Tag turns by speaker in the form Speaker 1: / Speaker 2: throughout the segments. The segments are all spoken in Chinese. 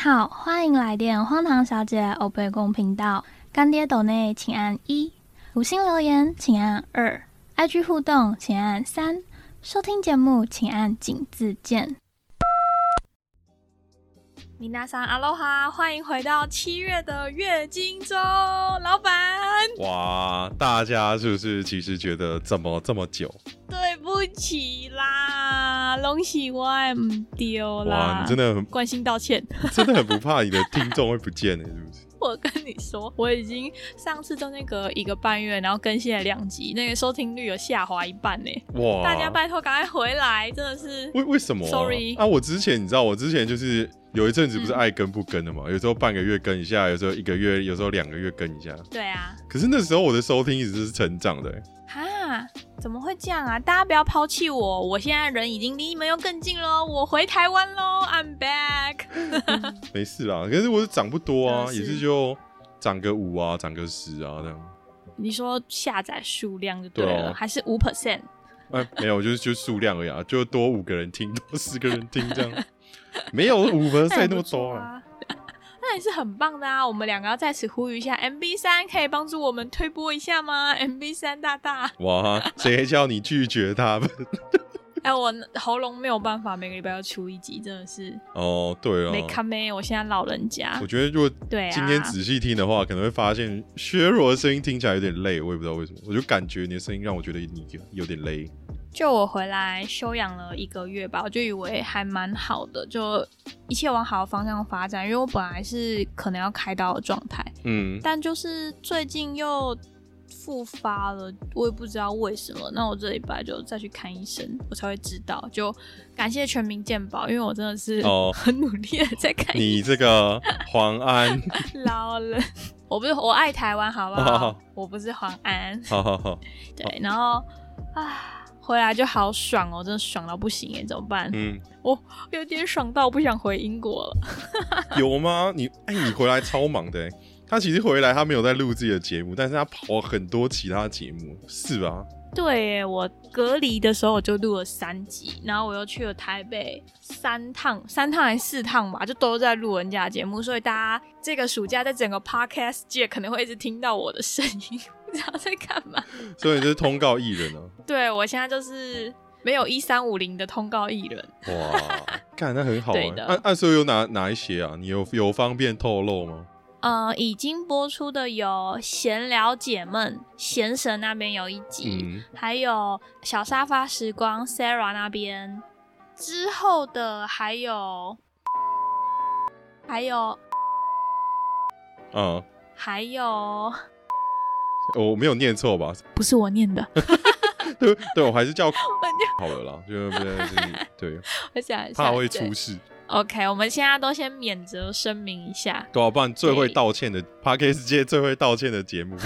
Speaker 1: 好，欢迎来电荒唐小姐欧贝公频道，干爹斗内请按一，五星留言请按二，IG 互动请按三，收听节目请按井字键。米娜桑啊阿罗哈，欢迎回到七月的月经周，老板，
Speaker 2: 哇，大家是不是其实觉得怎么这么久？
Speaker 1: 对不起啦，恭喜我唔丢
Speaker 2: 哇，
Speaker 1: 啦
Speaker 2: 你，真的很
Speaker 1: 关心道歉。
Speaker 2: 真的很不怕你的听众会不见呢、是不是？
Speaker 1: 我跟你说，我已经上次中间隔一个半月，然后更新了两集，那个收听率有下滑一半呢、
Speaker 2: 哇，
Speaker 1: 大家拜托赶快回来，真的是
Speaker 2: 为为什么、啊、
Speaker 1: Sorry 嗯
Speaker 2: 啊，我之前你知道，我之前就是有一阵子不是爱跟不跟的嘛，有时候半个月跟一下，有时候一个月，有时候两个月跟一下。
Speaker 1: 对啊，
Speaker 2: 可是那时候我的收听一直是成长的、欸
Speaker 1: 哈，怎么会这样啊？大家不要抛弃我，我现在人已经离你们又更近喽，我回台湾喽，I'm back。
Speaker 2: 没事啦。可是我是涨不多啊，
Speaker 1: 真
Speaker 2: 也
Speaker 1: 的是
Speaker 2: 是就涨个五啊，涨个十啊这样。
Speaker 1: 你说下载数量就对了，
Speaker 2: 对啊
Speaker 1: 还是五 percent？
Speaker 2: 哎、没有，就是就数量而已啊，就多五个人听，多十个人听这 样。没有五分赛那么多啊。
Speaker 1: 啊。 那也是很棒的啊！我们两个要在此呼吁一下，MB 三可以帮助我们推播一下吗？MB 三大大，
Speaker 2: 哇，谁叫你拒绝他 们？
Speaker 1: 哎、我喉咙没有办法，每个礼拜要出一集，真的是
Speaker 2: 哦，对
Speaker 1: 没
Speaker 2: 啊，
Speaker 1: 看没。我现在老人家
Speaker 2: 我，觉得如果
Speaker 1: 对啊，
Speaker 2: 今天仔细听的话，可能会发现削弱的声音听起来有点累，我也不知道为什么，我就感觉你的声音让我觉得你有点累。
Speaker 1: 就我回来休养了一个月吧，我就以为还蛮好的，就一切往好的方向发展。因为我本来是可能要开刀的状态，
Speaker 2: 嗯，
Speaker 1: 但就是最近又复发了，我也不知道为什么。那我这礼拜就再去看医生，我才会知道。就感谢全民健保，因为我真的是
Speaker 2: 哦
Speaker 1: 很努力的在看医
Speaker 2: 你这个黄安，
Speaker 1: 生。老了，我不是我爱台湾，好不好？
Speaker 2: 好好好
Speaker 1: 我不是黄安，
Speaker 2: 好好好，
Speaker 1: 对，然后啊。回来就好爽哦，真的爽到不行哎，怎么办？
Speaker 2: 嗯，
Speaker 1: 有点爽到我不想回英国了。
Speaker 2: 有吗？你哎、你回来超忙的、欸。他其实回来，他没有在录自己的节目，但是他跑很多其他节目，是吧？
Speaker 1: 对耶，我隔离的时候我就录了三集，然后我又去了台北三趟，三趟还是四趟吧，就都在录人家的节目，所以大家这个暑假在整个 podcast 界可能会一直听到我的声音， 不知道在干嘛。
Speaker 2: 所以就是通告艺 人啊，
Speaker 1: 对我现在就是没有一三五零的通告艺人，
Speaker 2: 哇，干那很好
Speaker 1: 对
Speaker 2: 欸
Speaker 1: 的
Speaker 2: 啊。按按说有哪哪一些啊？你有有方便透露吗？
Speaker 1: 呃，已经播出的有闲聊姐们，闲神那边有一集，
Speaker 2: 嗯，
Speaker 1: 还有小沙发时光 Sarah 那边之后的还有还有
Speaker 2: 啊，
Speaker 1: 还有
Speaker 2: 我没有念错吧？
Speaker 1: 不是我念的，
Speaker 2: 对对，我还是叫 好了啦，就不对，就是对，
Speaker 1: 我想一下，
Speaker 2: 怕会
Speaker 1: 对
Speaker 2: 出事，
Speaker 1: OK，我们现在都先免责声明一下。
Speaker 2: 对啊，不然最会道歉的 p a r k a s 界最会道歉的节目，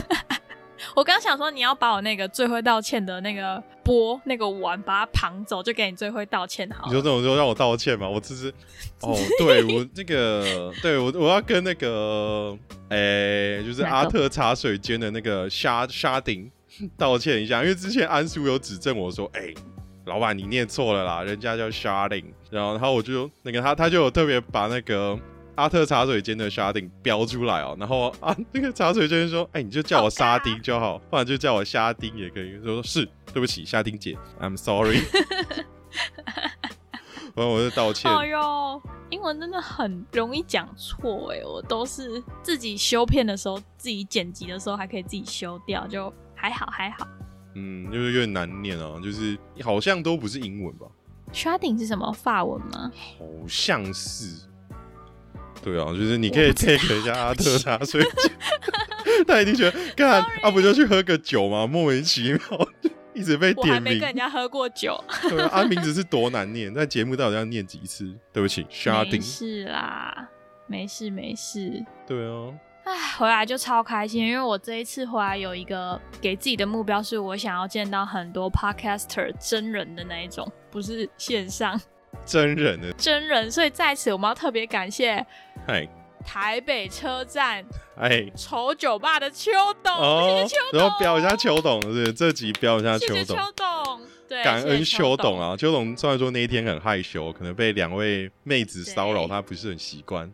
Speaker 1: 我刚想说你要把我那个最会道歉的那个波那个碗把它旁走，就给你最会道歉好
Speaker 2: 你
Speaker 1: 了。
Speaker 2: 说这种说让我道歉吗？我只 是，哦，对我那个， 对我我要跟那个，哎，就是
Speaker 1: 哪个
Speaker 2: 阿特茶水间的那个沙沙丁道歉一下，因为之前安叔有指正我说，哎。老板，你念错了啦，人家叫沙丁，然后他我就那个他他就有特别把那个阿特茶水间的沙丁标出来哦，然后 啊那个茶水间说，哎、你就叫我沙丁就好，不然就叫我沙丁也可以。我说是，对不起，沙丁姐，I'm sorry。然后我就道歉，
Speaker 1: 哎呦，英文真的很容易讲错哎，我都是自己修片的时候，自己剪辑的时候还可以自己修掉，就还好还好。
Speaker 2: 嗯，就是有点难念啊，就是好像都不是英文吧，
Speaker 1: Sharding 是什么法文吗？
Speaker 2: 好像是。对啊，就是你可以
Speaker 1: 我不知道
Speaker 2: take 一下阿
Speaker 1: 对不
Speaker 2: 特
Speaker 1: 起
Speaker 2: 茶水间， 他一定觉得，干啊不就去喝个酒吗？莫名其妙， 一直被
Speaker 1: 我还
Speaker 2: 点
Speaker 1: 没
Speaker 2: 名
Speaker 1: 跟。人家喝过酒，
Speaker 2: 对啊，啊名字是多难念，在节目到底要念几次？对不起
Speaker 1: 没
Speaker 2: ，sharding。
Speaker 1: 事啦，没事没事。
Speaker 2: 对啊，
Speaker 1: 唉，回来就超开心，因为我这一次回来有一个给自己的目标，是我想要见到很多 podcaster 真人的那一种，不是线上
Speaker 2: 真人的，
Speaker 1: 真人。所以在此我们要特别感谢
Speaker 2: 哎
Speaker 1: 台北车站
Speaker 2: 哎
Speaker 1: 丑酒吧的秋董，
Speaker 2: 哦
Speaker 1: 谢谢秋，
Speaker 2: 然后标一下秋董，是不是这集标一下
Speaker 1: 谢谢
Speaker 2: 秋
Speaker 1: 秋
Speaker 2: 董，
Speaker 1: 董，对，
Speaker 2: 感
Speaker 1: 谢谢
Speaker 2: 恩秋
Speaker 1: 董
Speaker 2: 董。啊，秋董虽然说那一天很害羞，可能被两位妹子骚扰，
Speaker 1: 对
Speaker 2: 他不是很习惯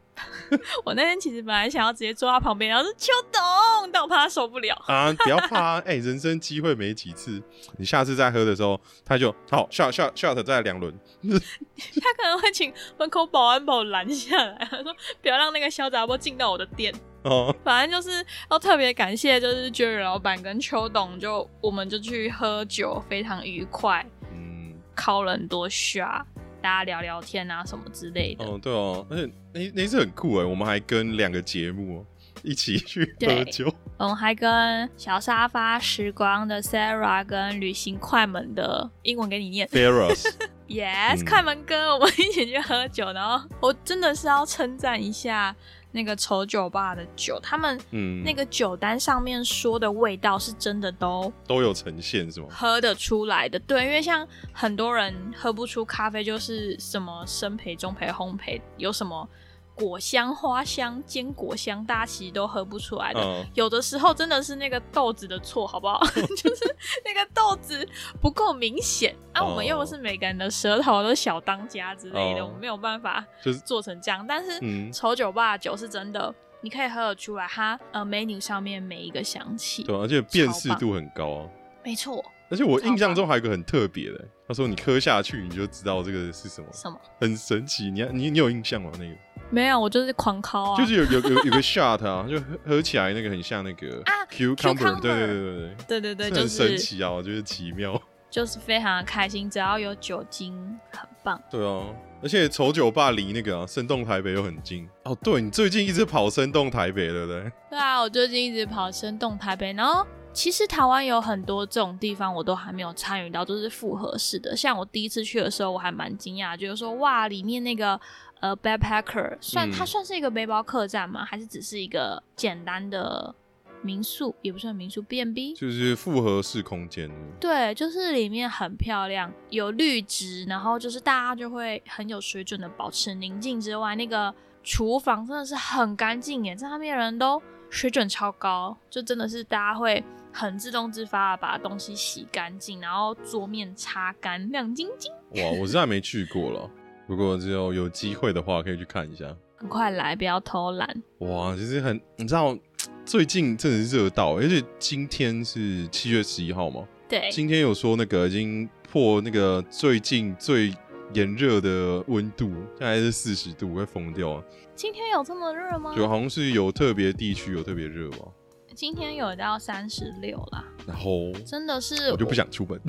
Speaker 1: 我那天其实本来想要直接坐他旁边，然后说秋董，但我怕他受不了。
Speaker 2: 啊，不要怕、啊，哎、 人生机会没几次，你下次再喝的时候，他就好 shot shot shot 再两轮，
Speaker 1: 他可能会请门口保安把我拦下来，他说不要让那个小杂波进到我的店。
Speaker 2: 哦，
Speaker 1: 反正就是要特别感谢，就是 Jerry 老板跟邱董就，我们就去喝酒，非常愉快，
Speaker 2: 嗯，
Speaker 1: 烤了很多虾，大家聊聊天啊什么之类的。
Speaker 2: 哦，对哦，而且那那次很酷哎，我们还跟两个节目哦一起去喝
Speaker 1: 对
Speaker 2: 酒，
Speaker 1: 我们嗯还跟小沙发时光的 Sarah 跟旅行快门的英文给你念
Speaker 2: Ferris，
Speaker 1: Yes，、
Speaker 2: 嗯
Speaker 1: 快门哥，我 们一起去喝酒，然后我真的是要称赞一下那个丑酒吧的酒，他们
Speaker 2: 嗯，
Speaker 1: 那个酒单上面说的味道是真的都
Speaker 2: 都有呈现是吗？
Speaker 1: 喝得出来的，对，因为像很多人喝不出咖啡就是什么生培、中培、烘焙，有什么果香、花香、坚果香，大家其实都喝不出来的。
Speaker 2: 嗯，
Speaker 1: 有的时候真的是那个豆子的错，好 不好？就是那个豆子不够明显啊，
Speaker 2: 哦
Speaker 1: 我们又不是每个人的舌头都是小当家之类的，
Speaker 2: 哦
Speaker 1: 我们没有办法
Speaker 2: 就是
Speaker 1: 做成这样。但是
Speaker 2: 嗯
Speaker 1: 丑酒吧的酒是真的，你可以喝得出来它呃 menu 上面每一个香气
Speaker 2: 对，，而且辨识度很高啊。
Speaker 1: 没错，
Speaker 2: 而且我印象中还有一个很特别的、他说你磕下去你就知道这个是什么，
Speaker 1: 什么
Speaker 2: 很神奇。你你你有印象吗？那个、
Speaker 1: 没有，我就是狂敲啊，
Speaker 2: 就是有有有有个 shot 啊，就喝喝起来那个很像那个
Speaker 1: 啊
Speaker 2: cucumber，
Speaker 1: cucumber
Speaker 2: 对对对对
Speaker 1: 对对
Speaker 2: 对，
Speaker 1: 对，
Speaker 2: 这
Speaker 1: 就
Speaker 2: 很神
Speaker 1: 是
Speaker 2: 奇啊，我觉得奇妙。
Speaker 1: 就是非常的开心，只要有酒精很棒。
Speaker 2: 对啊，而且丑酒吧离那个啊生动台北又很近哦。对你最近一直跑生动台北，对不对？
Speaker 1: 对啊，我最近一直跑生动台北，然后其实台湾有很多这种地方我都还没有参与到，就是复合式的。像我第一次去的时候，我还蛮惊讶，就是说哇，里面那个呃 backpacker 算、
Speaker 2: 嗯
Speaker 1: 它算是一个背包客栈吗？还是只是一个简单的民宿？也不算民宿，B&B。
Speaker 2: 就是复合式空间，
Speaker 1: 对，就是里面很漂亮，有绿植，然后就是大家就会很有水准的保持宁静之外，那个厨房真的是很干净耶，在那边的人都水准超高，就真的是大家会很自动自发的把东西洗干净，然后桌面擦干，亮晶晶。
Speaker 2: 哇，我是还没去过了，不过只有有机会的话可以去看一下。
Speaker 1: 很快来，不要偷懒。
Speaker 2: 哇，其实很，你知道最近真的是热到，而且今天是七月十一号嘛，
Speaker 1: 对，
Speaker 2: 今天有说那个已经破那个最近最炎热的温度，现在是四十度，会疯掉啊！
Speaker 1: 今天有这么热吗？
Speaker 2: 就好像是有特别地区有特别热吧，
Speaker 1: 今天有到三十六啦，
Speaker 2: 然后
Speaker 1: 真的是
Speaker 2: 我就不想出门，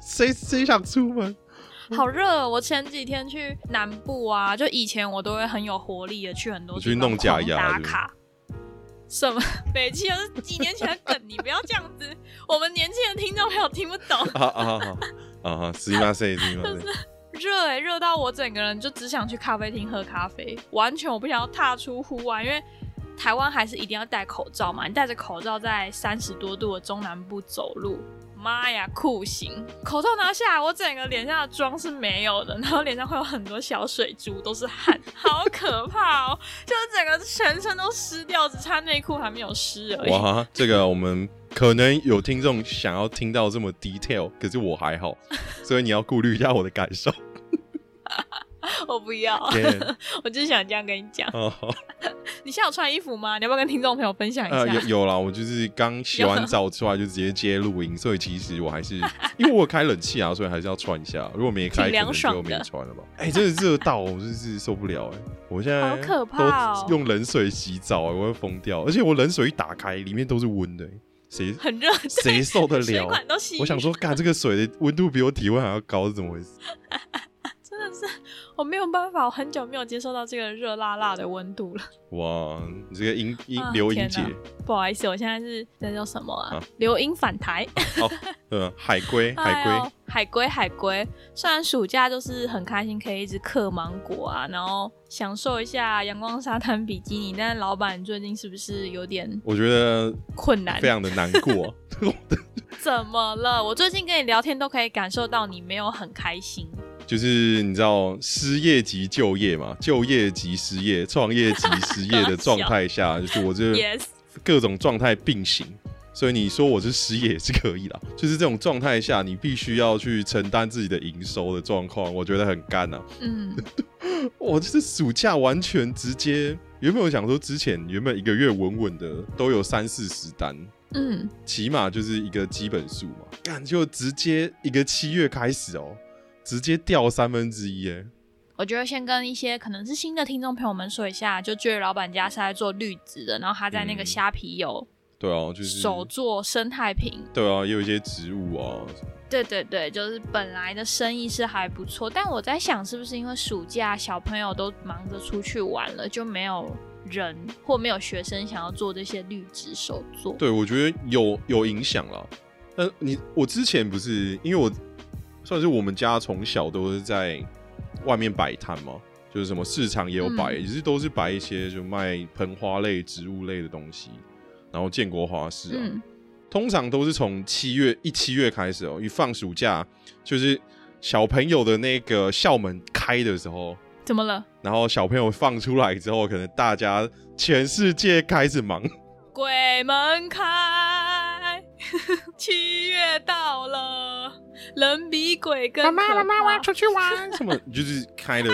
Speaker 2: 谁谁想出门？
Speaker 1: 好热哦！我前几天去南部啊，就以前我都会很有活力的去很多
Speaker 2: 你
Speaker 1: 地
Speaker 2: 去
Speaker 1: 方
Speaker 2: 弄假牙是不
Speaker 1: 狂打
Speaker 2: 是
Speaker 1: 卡。什么？ 北汽就是几年前的梗，你不要这样子，我们年轻的听众朋友听不懂。
Speaker 2: 啊啊啊啊啊！死吗？谁死吗？
Speaker 1: 热哎、热到我整个人就只想去咖啡厅喝咖啡，完全我不想要踏出户外，因为台湾还是一定要戴口罩嘛。你戴着口罩在三十多度的中南部走路，妈呀，酷刑！口罩拿下来，我整个脸上的妆是没有的，然后脸上会有很多小水珠，都是汗，好可怕哦！就是整个全身都湿掉，只差内裤还没有湿而已。
Speaker 2: 哇，这个我们可能有听众想要听到这么 detail，可是我还好，所以你要顾虑一下我的感受。
Speaker 1: 我不要
Speaker 2: Yeah
Speaker 1: 我就是想这样跟你讲。
Speaker 2: 哦，好
Speaker 1: 你现在有穿衣服吗？你要不要跟听众朋友分享一下？
Speaker 2: 呃，有有啦，我就是刚洗完澡出来就直接接录音，所以其实我还是因为我有开冷气啊，所以还是要穿一下。如果没开，可
Speaker 1: 挺
Speaker 2: 能
Speaker 1: 凉爽
Speaker 2: 就
Speaker 1: 的
Speaker 2: 没穿了吧。哎、真的热到我真是受不了哎、我现在
Speaker 1: 好可怕哦
Speaker 2: 都用冷水洗澡、哎，我会疯掉。而且我冷水一打开，里面都是温的、哎谁
Speaker 1: 很 热，
Speaker 2: 谁受得
Speaker 1: 水
Speaker 2: 了？
Speaker 1: 管都吸。
Speaker 2: 我想，说，干这个水的温度比我体温还要高，是怎么回事？
Speaker 1: 真的是我没有办法，我很久没有接受到这个热辣辣的温度了。
Speaker 2: 哇，你这个音音
Speaker 1: 啊
Speaker 2: 刘英
Speaker 1: 天
Speaker 2: 姐
Speaker 1: 哪，不好意思，我现在是那叫什么啊
Speaker 2: 啊？
Speaker 1: 流音反台，
Speaker 2: 呃，海龟， 海
Speaker 1: 哎呦
Speaker 2: 龟，
Speaker 1: 海龟，海龟。虽然暑假就是很开心，可以一直嗑芒果啊，然后享受一下阳光沙滩比基尼，但是老板最近是不是有点
Speaker 2: 我觉得
Speaker 1: 困难
Speaker 2: 非？常的难过。
Speaker 1: 怎么了？我最近跟你聊天都可以感受到你没有很开心。
Speaker 2: 就是你知道失业及就业嘛，就业及失业，创业及失业的状态下，就是我这
Speaker 1: Yes。
Speaker 2: 各种状态并行。所以你说我是失业也是可以的，就是这种状态下，你必须要去承担自己的营收的状况，我觉得很干啊。
Speaker 1: 嗯，
Speaker 2: 我就是暑假完全直接，原本我想说之前原本一个月稳稳的都有三四十单，
Speaker 1: 嗯，
Speaker 2: 起码就是一个基本数嘛，干就直接一个七月开始哦，直接掉三分之一哎，
Speaker 1: 我觉得先跟一些可能是新的听众朋友们说一下，就觉得老板家是在做绿植的，然后他在那个
Speaker 2: 嗯
Speaker 1: 虾皮有
Speaker 2: 对啊，就是
Speaker 1: 手做生态瓶，
Speaker 2: 对啊，也有一些植物啊，
Speaker 1: 对对对，就是本来的生意是还不错，但我在想是不是因为暑假小朋友都忙着出去玩了，就没有人或没有学生想要做这些绿植手作。
Speaker 2: 对啊我觉得有有影响啦。但你我之前不是因为我算是我们家从小都是在外面摆摊嘛，就是什么市场也有摆，
Speaker 1: 嗯
Speaker 2: 也是都是摆一些就卖盆花类、植物类的东西，然后建国花市啊，
Speaker 1: 嗯，
Speaker 2: 通常都是从七月一七月开始哦，一放暑假就是小朋友的那个校门开的时候，
Speaker 1: 怎么了？
Speaker 2: 然后小朋友放出来之后，可能大家全世界开始忙，
Speaker 1: 鬼门开，七月到了，人比鬼更可怕。
Speaker 2: 出去玩，什么就是开了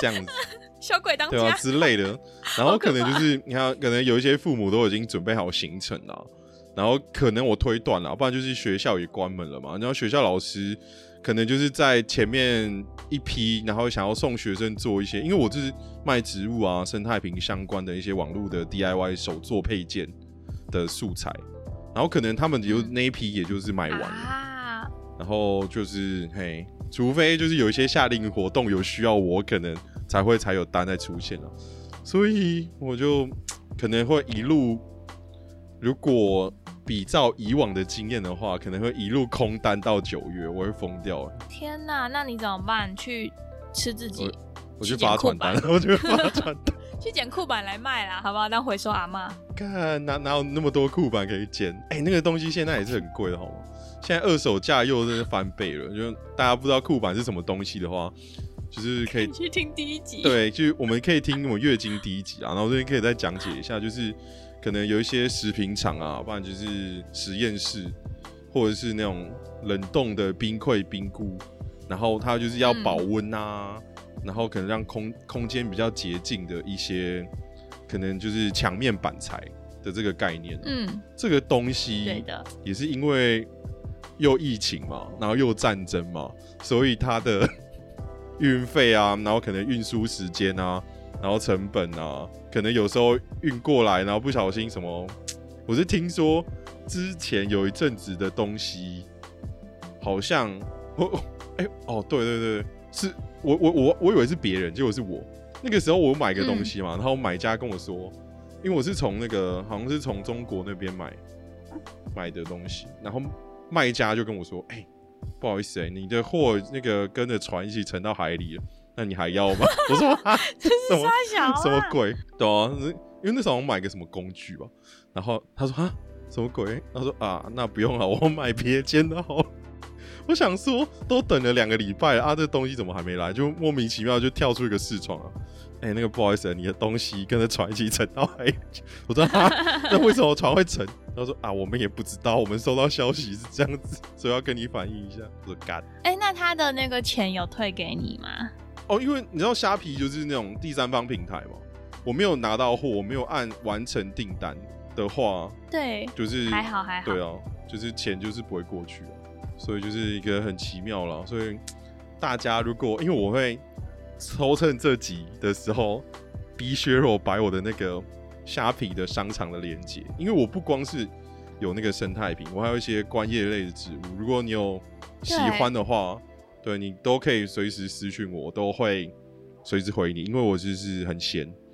Speaker 2: 这样子，
Speaker 1: 小鬼当
Speaker 2: 对
Speaker 1: 家。
Speaker 2: 啊之类 的。然后可能就是你看，可能有一些父母都已经准备好行程了，然后可能我推断了，不然就是学校也关门了嘛。然后学校老师可能就是在前面一批，然后想要送学生做一些，因为我就是卖植物啊、生态瓶相关的一些网络的 DIY 手做配件的素材。然后可能他们
Speaker 1: 嗯
Speaker 2: 就那一批，也就是买完了，
Speaker 1: 啊，
Speaker 2: 然后就是嘿，除非就是有一些夏令活动有需要我，可能才会才有单再出现啊。所以我就可能会一路，如果比照以往的经验的话，可能会一路空单到九月，我会疯掉、欸。
Speaker 1: 天哪，那你怎么办？去吃自己，
Speaker 2: 我去发传单，我去发传单。
Speaker 1: 去捡库板来卖啦，好不好？当回收阿妈。
Speaker 2: 看哪哪有那么多库板可以捡？哎、那个东西现在也是很贵的，好吗？现在二手价又真是翻倍了。就大家不知道库板是什么东西的话，就是可以
Speaker 1: 你去听第一集。
Speaker 2: 对，就是我们可以听我们月经第一集啊，然后这边可以再讲解一下，就是可能有一些食品厂啊，不然就是实验室，或者是那种冷冻的冰块、冰菇，然后它就是要保
Speaker 1: 嗯
Speaker 2: 温啊，然后可能让空空间比较洁净的一些，可能就是墙面板材的这个概念。
Speaker 1: 嗯，
Speaker 2: 这个东
Speaker 1: 对
Speaker 2: 西
Speaker 1: 的。
Speaker 2: 也是因为又疫情嘛，然后又战争嘛，所以它的 运费啊，然后可能运输时间啊，然后成本啊，可能有时候运过来，然后不小心什么，我是听说之前有一阵子的东西，好像我哎、哦 对对对，是我我我我以为是别人，结果是我。那个时候我买个东西嘛，然后买家跟我说，因为我是从那个好像是从中国那边买买的东西，然后卖家就跟我说：“哎、不好意思、哎，你的货那个跟着船一起沉到海里了，那你还要吗？”我说：“啊， 什么
Speaker 1: 太小
Speaker 2: 什么？鬼？对啊，因为那时候我买个什么工具吧，然后他说啊，什么鬼？他说啊，那不用了，我买别间的好了。 我想说，都等了两个礼拜了啊，这东西怎么还没来？就莫名其妙就跳出一个视窗啊！哎、那个不好意思、你的东西跟着船一起沉到海里 去。我说啊，那为什么船会沉？他说啊，我们也不知道，我们收到消息是这样子，所以要跟你反映一下。我说干。
Speaker 1: 哎、那他的那个钱有退给你吗？
Speaker 2: 哦，因为你知道虾皮就是那种第三方平台嘛，我没有拿到货，我没有按完成订单的话，
Speaker 1: 对，
Speaker 2: 就是
Speaker 1: 还好还好。
Speaker 2: 对啊，就是钱就是不会过去啊，所以就是一个很奇妙了。所以大家如果因为我会抽趁这集的时候，逼削弱摆我的那个虾皮的商场的链接，因为我不光是有那个生态瓶，我还有一些观叶类的植物。如果你有喜欢的话，对你都可以随时私讯我，我都会随时回你，因为我就是很闲。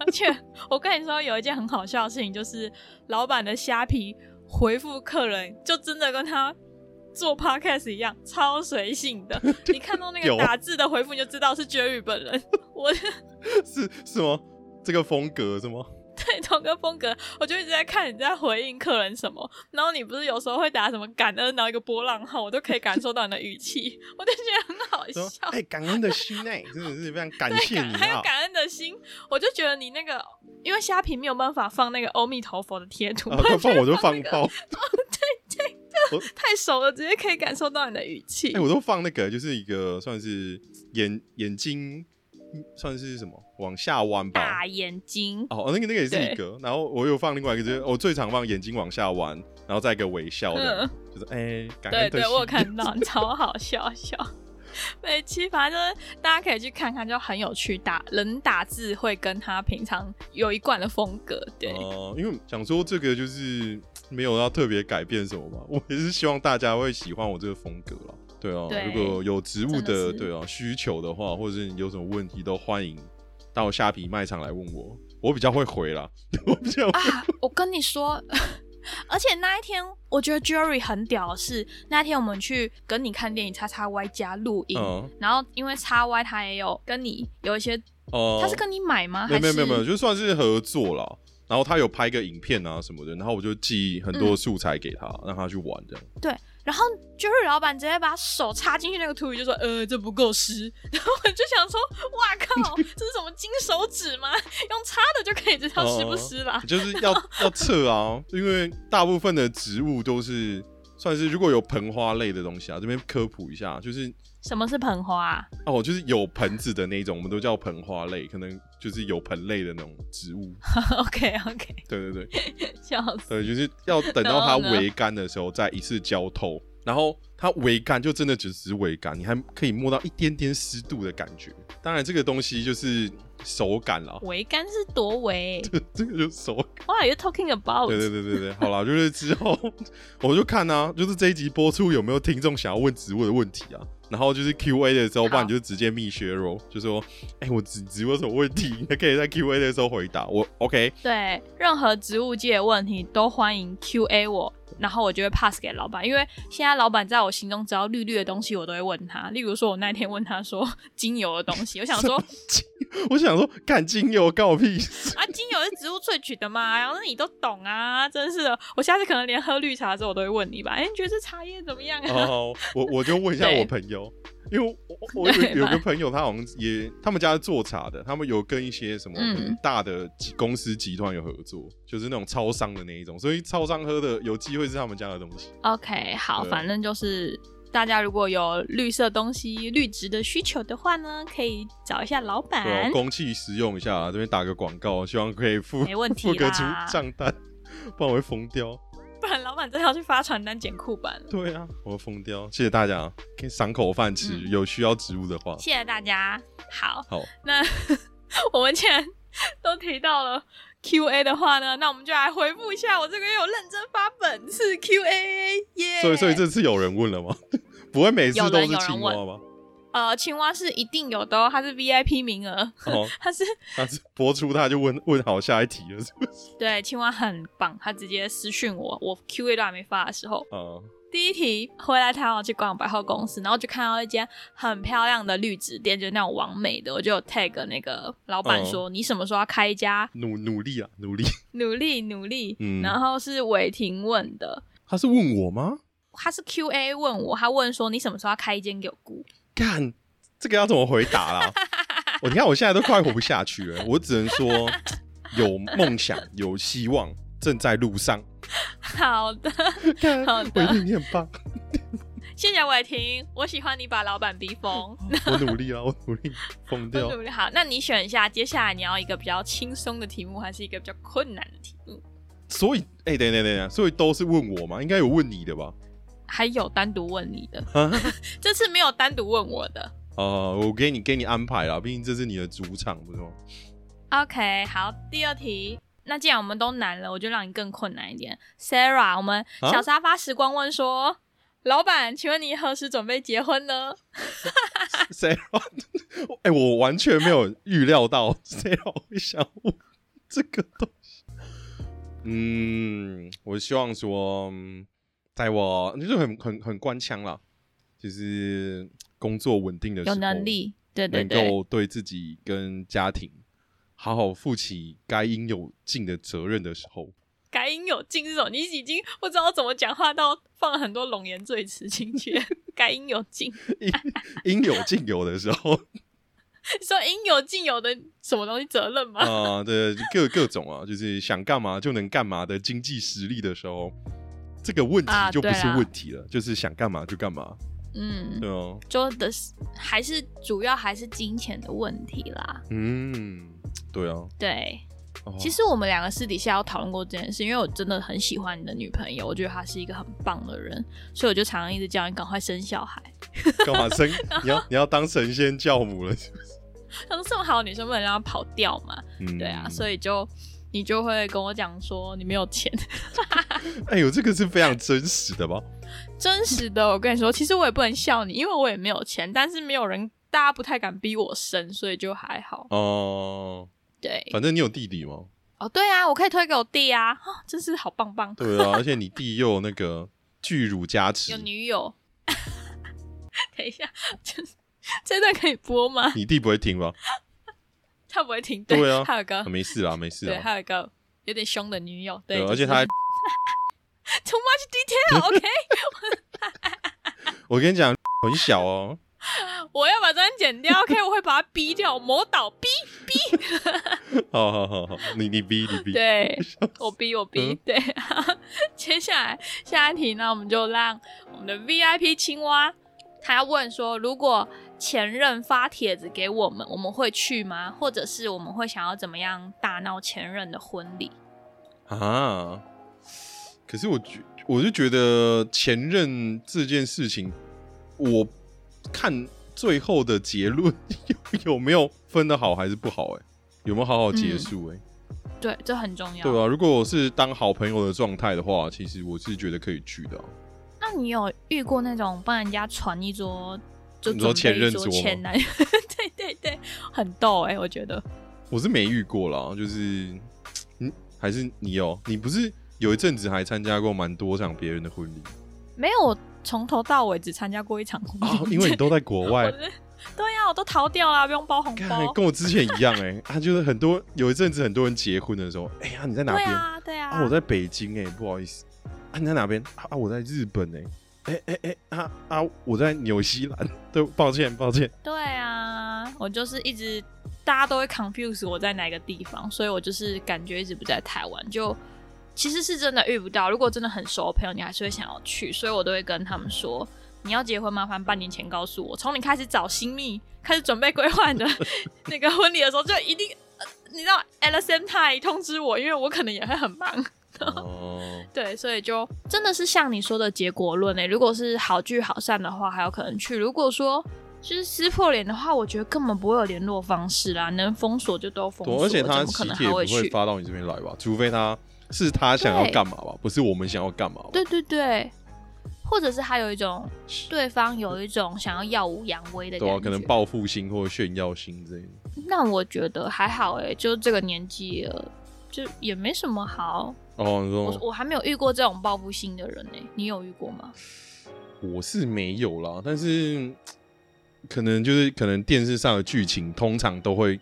Speaker 1: 而且我跟你说，有一件很好笑的事情，就是老板的虾皮回复客人，就真的跟他做 podcast 一样，超随 性的。你看到那
Speaker 2: 有
Speaker 1: 个打字的回复，你就知道是 Jerry 本人。我
Speaker 2: 是是吗？这个风格是吗？
Speaker 1: 对 同个风格，我就一直在看你在回应客人什么，然后你不是有时候会打什么感恩，然后一个波浪号，我都可以感受到你的语气， 我就觉得很好
Speaker 2: 说
Speaker 1: 笑。
Speaker 2: 哎、感恩的心哎、真的是非常感
Speaker 1: 对，
Speaker 2: 谢
Speaker 1: 感
Speaker 2: 你
Speaker 1: 还有
Speaker 2: 啊！
Speaker 1: 感恩的心，我就觉得你那个，因为虾皮没有办法放那个阿弥陀佛的贴图，
Speaker 2: 啊，他放我就放
Speaker 1: 那个
Speaker 2: 爆，
Speaker 1: 太熟了，直接可以感受到你的语气。
Speaker 2: 哎、我都放那个，就是一个算是眼眼睛算是什么往下弯吧。
Speaker 1: 大眼睛，
Speaker 2: 哦，那个那个也是
Speaker 1: 对
Speaker 2: 一个，然后我有放另外一个，就是我最常放眼睛往下弯，然后再一个微笑
Speaker 1: 嗯
Speaker 2: 的，就是哎、感
Speaker 1: 对
Speaker 2: 恩
Speaker 1: 对，
Speaker 2: 心
Speaker 1: 我有 看到，超好笑笑。每期反正就是大家可以去看看，就很有趣。打人打字会跟他平常有一贯的风格，对，
Speaker 2: 哦、因为想说这个就是没有要特别改变什么嘛，我也是希望大家会喜欢我这个风格啦。对啊，
Speaker 1: 对
Speaker 2: 如果有植物
Speaker 1: 真的
Speaker 2: 的
Speaker 1: 是
Speaker 2: 对啊需求的话，或者是你有什么问题，都欢迎到虾皮卖场来问我，我比较会回啦，我比较会
Speaker 1: 啊，我跟你说， 而且那一天我觉得 Jerry 很屌的是，那天我们去跟你看电影叉叉 Y 家录影，
Speaker 2: 嗯
Speaker 1: 然后因为叉 Y 他也有跟你有一些，
Speaker 2: 哦、
Speaker 1: 他是跟你买吗？
Speaker 2: 没有
Speaker 1: 还
Speaker 2: 没有没有没有，
Speaker 1: 是，
Speaker 2: 就算是合作啦。然后他有拍个影片啊什么的，然后我就寄很
Speaker 1: 嗯
Speaker 2: 多素材给他，让他去玩这样。
Speaker 1: 然后 Jerry 老板直接把手插进去那个土里，就说：“呃，这不够湿。” 然后我就想说：“哇靠， 这是什么金手指吗？用插的就可以知道湿不湿啦。
Speaker 2: 就是要要测啊，因为大部分的植物都是算是如果有盆花类的东西啊，这边科普一下，就是
Speaker 1: 什么是盆花、 啊？
Speaker 2: 哦，就是有盆子的那种，我们都叫盆花类，可能就是有盆类的那种植物。
Speaker 1: OK OK，
Speaker 2: 对对对，
Speaker 1: 笑死。
Speaker 2: 对，就是要等到它
Speaker 1: 然后呢
Speaker 2: 回干的时候再一次浇透，然后它回干就真的只是回干，你还可以摸到一点点湿度的感觉。当然，这个东西就是手感啦，
Speaker 1: 围杆是多围
Speaker 2: 这个就是手感。
Speaker 1: ？What are you talking about？
Speaker 2: 对对对对对，好啦，就是之后我就看啊，就是这一集播出有没有听众想要问植物的问题啊？然后就是 Q A 的时候，
Speaker 1: 好
Speaker 2: 不然你就直接密削弱，就说，哎、我植植物有什么问题，你可以在 Q A 的时候回答我。OK，
Speaker 1: 对，任何植物界的问题都欢迎 Q&A 我，然后我就会 pass 给老板，因为现在老板在我心中只要绿绿的东西，我都会问他。例如说，我那天问他说精油的东西，我想说
Speaker 2: 我想说，干精油干我屁事。
Speaker 1: 啊，精油是植物萃取的嘛， 然后你都懂啊，真是的。我下次可能连喝绿茶的时候我都会问你吧，哎，你觉得这茶叶怎么样啊？
Speaker 2: 哦，我我就问一下
Speaker 1: 对
Speaker 2: 我朋友，因为我我我有
Speaker 1: 对
Speaker 2: 有
Speaker 1: 吧
Speaker 2: 个朋友，他好像也他们家是做茶的，他们有跟一些什么
Speaker 1: 嗯
Speaker 2: 可能大的集公司集团有合作，就是那种超商的那一种，所以超商喝的有机会是他们家的东西。
Speaker 1: OK，好，
Speaker 2: 对
Speaker 1: 反正就是大家如果有绿色东西、绿植的需求的话呢，可以找一下老
Speaker 2: 对啊、
Speaker 1: 板，
Speaker 2: 公器使用一下、啊这边打个广告，希望可以付
Speaker 1: 没问题
Speaker 2: 付个出
Speaker 1: 啦
Speaker 2: 账单，不然我会疯掉。
Speaker 1: 不然老板真的要去发传单剪库板了。
Speaker 2: 对啊，我会疯掉。谢谢大家，可以赏口饭吃。
Speaker 1: 嗯
Speaker 2: 有需要植物的话，
Speaker 1: 谢谢大家。好，
Speaker 2: 好，
Speaker 1: 那 我们既然都提到了 Q&A 的话呢，那我们就来回复一下。我这个月有认真发本次 Q&A 耶。
Speaker 2: 所以所以这次有人问了吗？ 不会每次
Speaker 1: 有
Speaker 2: 都
Speaker 1: 人
Speaker 2: 是
Speaker 1: 有人
Speaker 2: 青蛙吧？
Speaker 1: 呃，青蛙是一定有的哦，它是 VIP 名额，
Speaker 2: 哦，
Speaker 1: 它是
Speaker 2: 那是播出他就问问好下一题 了，是不是？
Speaker 1: 对青蛙很棒，它直接私讯我，我 Q&A 都还没发的时候，
Speaker 2: 啊、
Speaker 1: 第一题回来台湾我去逛百货公司，然后就看到一间很漂亮的绿植店，就是那种完美的，我就有 tag 那个老板
Speaker 2: 嗯
Speaker 1: 说，你什么时候要开一家？
Speaker 2: 努努力啊，努力。
Speaker 1: 努力努力。
Speaker 2: 嗯
Speaker 1: 然后是伟霆问的，
Speaker 2: 他是问我吗？
Speaker 1: 他是 Q A 问我，他问说你什么时候要开一间给我估？
Speaker 2: 干，这个要怎么回答啦？哦我你看我现在都快活不下去了，我只能说有梦想，有希望，正在路上。
Speaker 1: 好的，
Speaker 2: 干
Speaker 1: 好的
Speaker 2: 伟霆你很 棒，
Speaker 1: 谢谢伟霆，我喜欢你把老板逼疯。
Speaker 2: 我努力啊，我努力，疯
Speaker 1: 我
Speaker 2: 掉。
Speaker 1: 努力哦好，那你选一下，接下来你要一个比较轻松的题目，还是一个比较困难的题目？
Speaker 2: 所以，哎、等一下等一下等一下，所以都是问我嘛？应该有问你的吧？
Speaker 1: 还有单独问你 的，
Speaker 2: 啊，
Speaker 1: 这次没有单独问我的。
Speaker 2: 哦我给你给你安排啦，毕竟这是你的主场，不是吗？
Speaker 1: OK，好，第二题。那既然我们都难了，我就让你更困难一点。Sarah，我们
Speaker 2: 啊
Speaker 1: 小沙发时光问说：“老板，请问你何时准备结婚呢？”
Speaker 2: 谁要？哎、我完全没有预料到谁要会想问这个东西。嗯，我希望说，嗯在我就是很很很官腔啦，就是工作稳定的时
Speaker 1: 有
Speaker 2: 候，
Speaker 1: 能力，对对
Speaker 2: 能
Speaker 1: 对，
Speaker 2: 够对自己跟家庭好好负起该应有尽的责任的时候，
Speaker 1: 该应有尽这种，你已经不知道怎么讲话，到放很多龙颜赘词进去， 该应有尽。
Speaker 2: 应有尽有的时 候，
Speaker 1: 说应有尽有的什么东西责任吗？
Speaker 2: 啊、对，各各种啊，就是想干嘛就能干嘛的经济实力的时候，这个问题
Speaker 1: 啊
Speaker 2: 就不
Speaker 1: 对
Speaker 2: 是
Speaker 1: 啦
Speaker 2: 问题了，就是想干嘛就干嘛，
Speaker 1: 嗯，
Speaker 2: 对哦，
Speaker 1: 就的是还是主要还是金钱的问题啦。
Speaker 2: 嗯，对啊，
Speaker 1: 对，
Speaker 2: 哦
Speaker 1: 其实我们两个私底下有讨论过这件事，因为我真的很喜欢你的女朋友，我觉得她是一个很棒的人，所以我就常常一直叫你赶快生小孩。
Speaker 2: 干嘛生？你要你要当神仙教母了？
Speaker 1: 像这么好的女生不能让她跑掉嘛？
Speaker 2: 嗯，
Speaker 1: 对啊，所
Speaker 2: 以
Speaker 1: 以就你就会跟我讲说你没有钱，
Speaker 2: 哎呦，这个是非常真实的吧？
Speaker 1: 真实的，我跟你说，其实我也不能笑你，因为我也没有钱，但是没有人，大家不太敢逼我生，所以就还好。
Speaker 2: 哦、
Speaker 1: 对，
Speaker 2: 反正你有弟弟嘛，
Speaker 1: 哦，对啊，我可以推给我弟啊， 哦、真是好棒棒，
Speaker 2: 对啊，而且你弟又有那个巨乳加持
Speaker 1: 有，女友。 等一下，就是这段可以播吗？
Speaker 2: 你弟不会听吧？
Speaker 1: 他不会停顿。
Speaker 2: 对啊，
Speaker 1: 还有一个
Speaker 2: 啊，没事啦，没事
Speaker 1: 对，
Speaker 2: 啦。
Speaker 1: 还有一个有点凶的女友，对，
Speaker 2: 对，啊
Speaker 1: 就是
Speaker 2: 而且他还，
Speaker 1: too much detail，OK，、
Speaker 2: 我跟你讲，很小哦，
Speaker 1: 我要把这段剪掉，OK，我会把它逼掉，魔导逼，
Speaker 2: 好好好好，你你逼你逼，
Speaker 1: 对，我逼我逼，
Speaker 2: 嗯
Speaker 1: 对。 接下来下一题呢，我们就让我们的 VIP 青蛙，他问说，如果前任发帖子给我们，我们会去吗？或者是我们会想要怎么样大闹前任的婚礼？
Speaker 2: 啊。可是我觉，我就觉得前任这件事情，我看最后的结论 有有没有分的好还是不好、欸，哎，有没有好好
Speaker 1: 嗯
Speaker 2: 结束、欸，哎、
Speaker 1: 对，这很重要。
Speaker 2: 对啊，如果我是当好朋友的状态的话，其实我是觉得可以去的啊、
Speaker 1: 那你有遇过那种帮人家传一桌，就
Speaker 2: 你说
Speaker 1: 准备
Speaker 2: 前
Speaker 1: 一
Speaker 2: 任
Speaker 1: 桌
Speaker 2: 桌吗
Speaker 1: 前男友？ 对对对，很逗哎、我觉得。
Speaker 2: 我是没遇过啦，就是，嗯，还是你有，你不是有一阵子还参加过蛮多场别人的 婚礼
Speaker 1: 没有，我从头到尾只参加过一场婚
Speaker 2: 啊
Speaker 1: 礼、，
Speaker 2: 因为你都在国
Speaker 1: 我
Speaker 2: 外，
Speaker 1: 是对啊呀、我都逃掉啦，不用包红
Speaker 2: 看
Speaker 1: 包。
Speaker 2: 跟我之前一样哎、 欸，啊，就是很多有一阵子很多人结婚的时候，哎、呀、你在哪
Speaker 1: 对
Speaker 2: 边？
Speaker 1: 啊，对啊。
Speaker 2: 啊，我在北京哎、不好意思，啊，你在哪边？啊，啊我在日本哎、哎哎哎啊啊！我在纽西兰， 对，抱歉抱 歉。
Speaker 1: 对啊，我就是一直大家都会 confuse 我在哪个地方，所以我就是感觉一直不在台湾，就其实是真的遇不到。如果真的很熟的朋友，你还是会想要去，所以我都会跟他们说。你要结婚，麻烦半年前告诉我。从你开始找新密，开始准备规划你的 那个婚礼的时候，就一定，呃你知道 at the same time 通知我，因为我可能也会很忙。
Speaker 2: 哦，
Speaker 1: 对，所以就真的是像你说的结果论诶、欸如果是好聚好散的话，还有可能去；如果说就是撕破脸的话，我觉得根本不会有联络方式啦，能封锁就都封
Speaker 2: 对，
Speaker 1: 锁，
Speaker 2: 哦而且
Speaker 1: 怎
Speaker 2: 他
Speaker 1: 么可
Speaker 2: 喜
Speaker 1: 能
Speaker 2: 帖
Speaker 1: 还
Speaker 2: 不
Speaker 1: 会
Speaker 2: 会
Speaker 1: 去？
Speaker 2: 发到你这边来吧？除非他是他想要
Speaker 1: 对
Speaker 2: 干嘛吧，不是我们想要干嘛吧？
Speaker 1: 对对对，或者是还有一种对方有一种想要耀武扬威的
Speaker 2: 对
Speaker 1: 感觉，
Speaker 2: 啊，可能报复心或炫耀心之类的。
Speaker 1: 那我觉得还好诶、就这个年纪了，就也没什么好。
Speaker 2: 哦，你
Speaker 1: 我
Speaker 2: 说
Speaker 1: 我还没有遇过这种报复性的人呢、你有遇过吗？
Speaker 2: 我是没有啦，但是可能就是可能电视上的剧情通常都会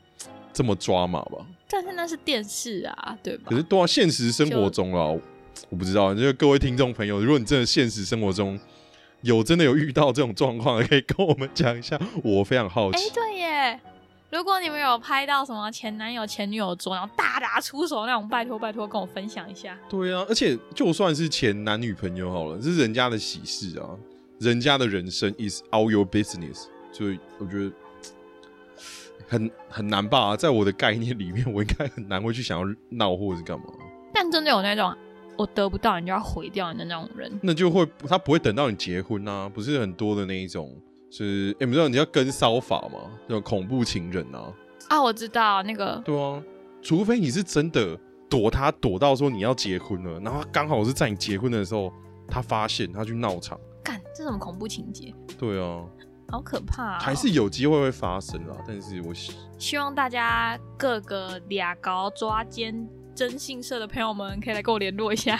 Speaker 2: 这么抓马吧。
Speaker 1: 但是那是电视啊，对吧？
Speaker 2: 可是对啊，现实生活中啦，我不知道，就是各位听众朋友，如果你真的现实生活中有真的有遇到这种状况，可以跟我们讲一下，我非常好
Speaker 1: 哎、
Speaker 2: 奇。
Speaker 1: 对耶！如果你们有拍到什么前男友、前女友桌，然后大打出手那种，拜托拜托，跟我分享一下。
Speaker 2: 对啊，而且就算是前男女朋友好了，这是人家的喜事啊，人家的人生 is all your business，所以我觉得嘖很很难吧，在我的概念里面，我应该很难会去想要闹或者是干嘛，
Speaker 1: 但真的有那种我得不到你就要毁掉你的那种人，
Speaker 2: 那就会他不会等到你结婚啊，不是很多的那一种，是哎、诶你知道你要跟骚法嘛，那种恐怖情人啊，
Speaker 1: 啊，我知道那个，
Speaker 2: 对啊，除非你是真的躲他躲到说你要结婚了，然后他刚好是在你结婚的时候，他发现他去闹场，
Speaker 1: 干这什么恐怖情节，
Speaker 2: 对啊。
Speaker 1: 好可怕、哦！
Speaker 2: 还是有机会会发生啦，但是我希
Speaker 1: 希望大家各个俩高抓奸征信社的朋友们可以来跟我联络一下，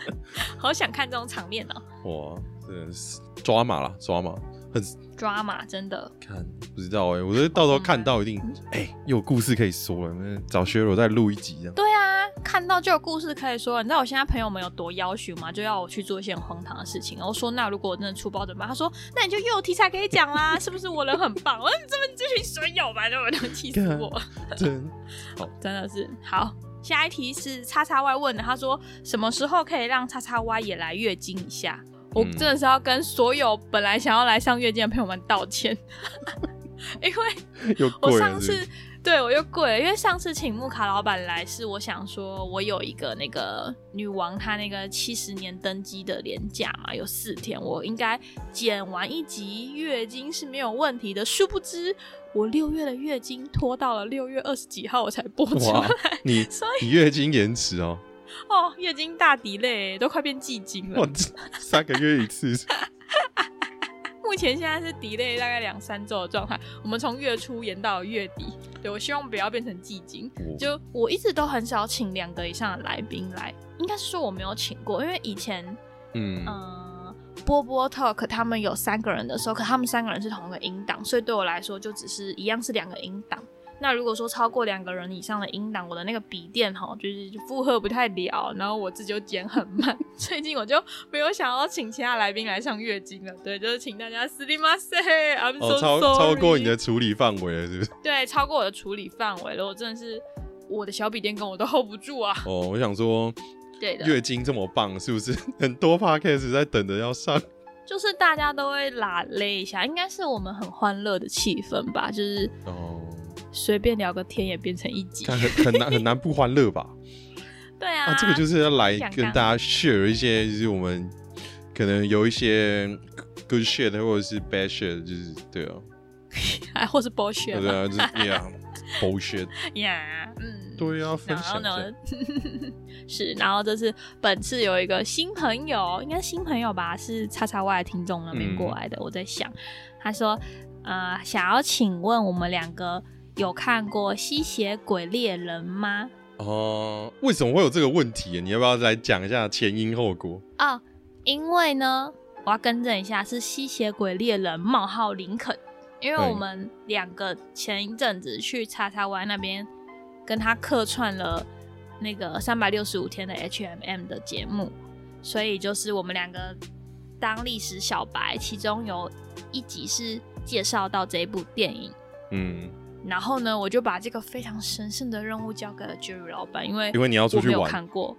Speaker 1: 好想看这种场面哦。
Speaker 2: 哇，真的是抓马啦，抓马。很
Speaker 1: 抓马，真的。
Speaker 2: 看不知道哎、我觉得到时候看到一定
Speaker 1: 嗯
Speaker 2: 哎、又有故事可以说了，那找薛罗再录一集这 样。
Speaker 1: 对啊，看到就有故事可以说了。你知道我现在朋友们有多要求吗？就要我去做一些很荒唐的事情。然后说，那如果我真的出包怎么办？他说，那你就又有题材可以讲啦，是不是？我人很棒，我说你这么这群损友吧，我都气死我，
Speaker 2: 真
Speaker 1: 真的是好。下一题是叉叉 Y 问的，他说什么时候可以让叉叉 Y 也来月经一下？我
Speaker 2: 嗯
Speaker 1: 真的是要跟所有本来想要来上月经的朋友们道歉， 哎因为
Speaker 2: 又
Speaker 1: 我
Speaker 2: 贵
Speaker 1: 上
Speaker 2: 了是不
Speaker 1: 次
Speaker 2: 是。
Speaker 1: 对我又跪了，因为上次请木卡老板来是我想说，我有一个那个女王她那个七十年登基的年假嘛，有四天，我应该剪完一集月经是没有问题的。殊不知我六月的月经拖到了六月二十几号我才播出
Speaker 2: 哇
Speaker 1: 来，
Speaker 2: 你
Speaker 1: 所
Speaker 2: 你月经延迟 哦，
Speaker 1: 哦，月经大敌嘞，都快变季经了
Speaker 2: 哇。，这三个月一次，
Speaker 1: 目前现在是 delay 大概两三周的状态，我们从月初延到月底。对我希望不要变成季经。
Speaker 2: 我
Speaker 1: 就我一直都很少请两个以上的来宾来，应该是说我没有请过，因为以前
Speaker 2: 嗯
Speaker 1: 嗯波波 talk 他们有三个人的时候，可他们三个人是同一个音档，所以对我来说就只是一样是两个音档。那如果说超过两个人以上的音档，我的那个笔电哈就是负荷不太了，然后我自己又剪很慢， 最近我就没有想要请其他来宾来上月经了。对，就是请大家 s l i m a s e i m so
Speaker 2: 哦，
Speaker 1: sorry，、
Speaker 2: 超超过你的处理范围了，是不是？
Speaker 1: 对，超过我的处理范围了，我真的是我的小笔电跟我都 hold 不住啊。
Speaker 2: 哦，我想说
Speaker 1: 对啊的，
Speaker 2: 月经这么棒，是不是 很多 podcast 在等着要 上？
Speaker 1: 就是大家都会拉勒一下，应该是我们很欢乐的气氛吧，就是
Speaker 2: 哦，
Speaker 1: 随便聊个天也变成一集。
Speaker 2: 看很很难很难不欢乐吧？
Speaker 1: 对啊，
Speaker 2: 啊，这 个就是要来
Speaker 1: 想
Speaker 2: 跟
Speaker 1: 干
Speaker 2: 大家 share 一些，就是我们可能有一些 good shit 或者是 bad shit，就是对啊，
Speaker 1: 哎，或是
Speaker 2: 对
Speaker 1: bullshit 嘛
Speaker 2: 啊，就是 yeah bullshit，
Speaker 1: 呀，嗯，
Speaker 2: 对啊，分
Speaker 1: 然后
Speaker 2: 享一
Speaker 1: 呢
Speaker 2: 下，
Speaker 1: 是，然后这次本次有一个新朋友，应该是新朋友吧，是叉叉 Y 的听众那边
Speaker 2: 嗯
Speaker 1: 过来的。我在想，他说，呃，想要请问我们两个有看过《吸血鬼猎人》吗？
Speaker 2: 哦，为什么会有这个问题？啊你要不要来讲一下前因后果？
Speaker 1: 哦，因为呢，我要更正一下，是《吸血鬼猎人》冒号林肯，因为
Speaker 2: 对
Speaker 1: 我们两个前一阵子去叉叉 Y 那边跟他客串了那个三百六十五天的 HMM 的节目，所以就是我们两个当历史小白，其中有一集是介绍到这一部电影。
Speaker 2: 嗯，
Speaker 1: 然后呢，我就把这个非常神圣的任务交给了 Jerry 老板，因为
Speaker 2: 因为你要出
Speaker 1: 我
Speaker 2: 去
Speaker 1: 没有
Speaker 2: 玩
Speaker 1: 看过。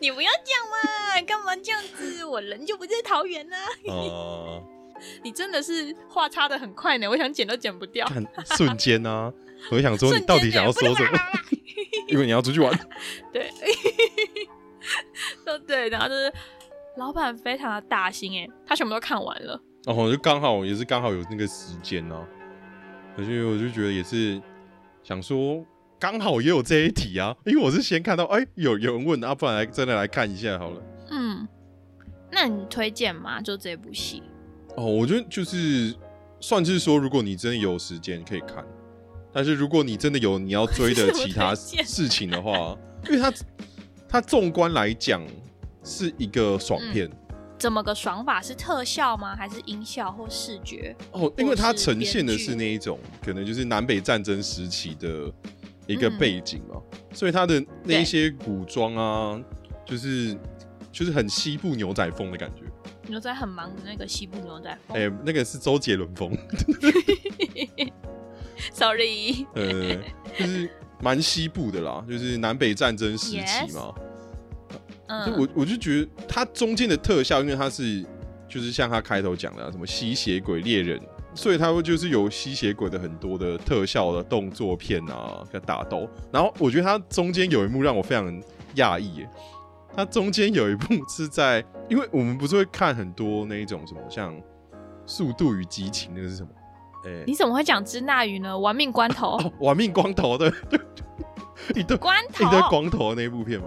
Speaker 1: 你不要这样嘛，干嘛这样子？我人就不在桃园啊呢、
Speaker 2: 呃，
Speaker 1: 你真的是话插的很快呢，我想剪都剪不掉。
Speaker 2: 看瞬间啊，我就想 说
Speaker 1: 瞬
Speaker 2: 你
Speaker 1: 间
Speaker 2: 到底想要
Speaker 1: 就
Speaker 2: 说 什么？因为你要出去玩，
Speaker 1: 对， 都 对，然后就是老板非常的大心哎，他全部都看完了。
Speaker 2: 然哦后就刚好也是刚好有那个时间呢、啊，而且我就觉得也是想说，刚好也有这一题啊，因为我是先看到哎、有有人问啊，不然来真的来看一下好了。
Speaker 1: 嗯，那你推荐吗？就这部戏？
Speaker 2: 哦，我觉得就是算是说，如果你真的有时间可以看，但是如果你真的有你要追
Speaker 1: 是
Speaker 2: 的
Speaker 1: 我
Speaker 2: 其他
Speaker 1: 推荐
Speaker 2: 事情的话，因为它它纵观来讲是一个爽片。
Speaker 1: 嗯怎么个爽法？是特效吗？还是音效或视觉？
Speaker 2: 哦，因为它
Speaker 1: 或是
Speaker 2: 呈现的
Speaker 1: 编剧
Speaker 2: 是那一种，可能就是南北战争时期的一个
Speaker 1: 嗯
Speaker 2: 背景嘛，所以它的那
Speaker 1: 对
Speaker 2: 一些古装啊，就是就是很西部牛仔风的感觉。
Speaker 1: 牛仔很忙的那个西部牛仔风、
Speaker 2: 哎、那个是周杰伦风，
Speaker 1: s o r r y
Speaker 2: 呃，就是蛮西部的啦，就是南北战争时期 嘛。就
Speaker 1: 嗯，
Speaker 2: 我我就觉得它中间的特效，因为它是就是像它开头讲的、啊、什么吸血鬼猎人，所以它会就是有吸血鬼的很多的特效的动作片啊，跟打斗。然后我觉得它中间有一幕让我非常讶异耶，它中间有一幕是在，因为我们不是会看很多那一种什么像《速度与激情》那个是什么？哎、
Speaker 1: 你怎么会讲支那语呢？玩命关头，
Speaker 2: 哦，玩命光头的， 一堆
Speaker 1: 关
Speaker 2: 一
Speaker 1: 头
Speaker 2: 堆光头的那一部片吗？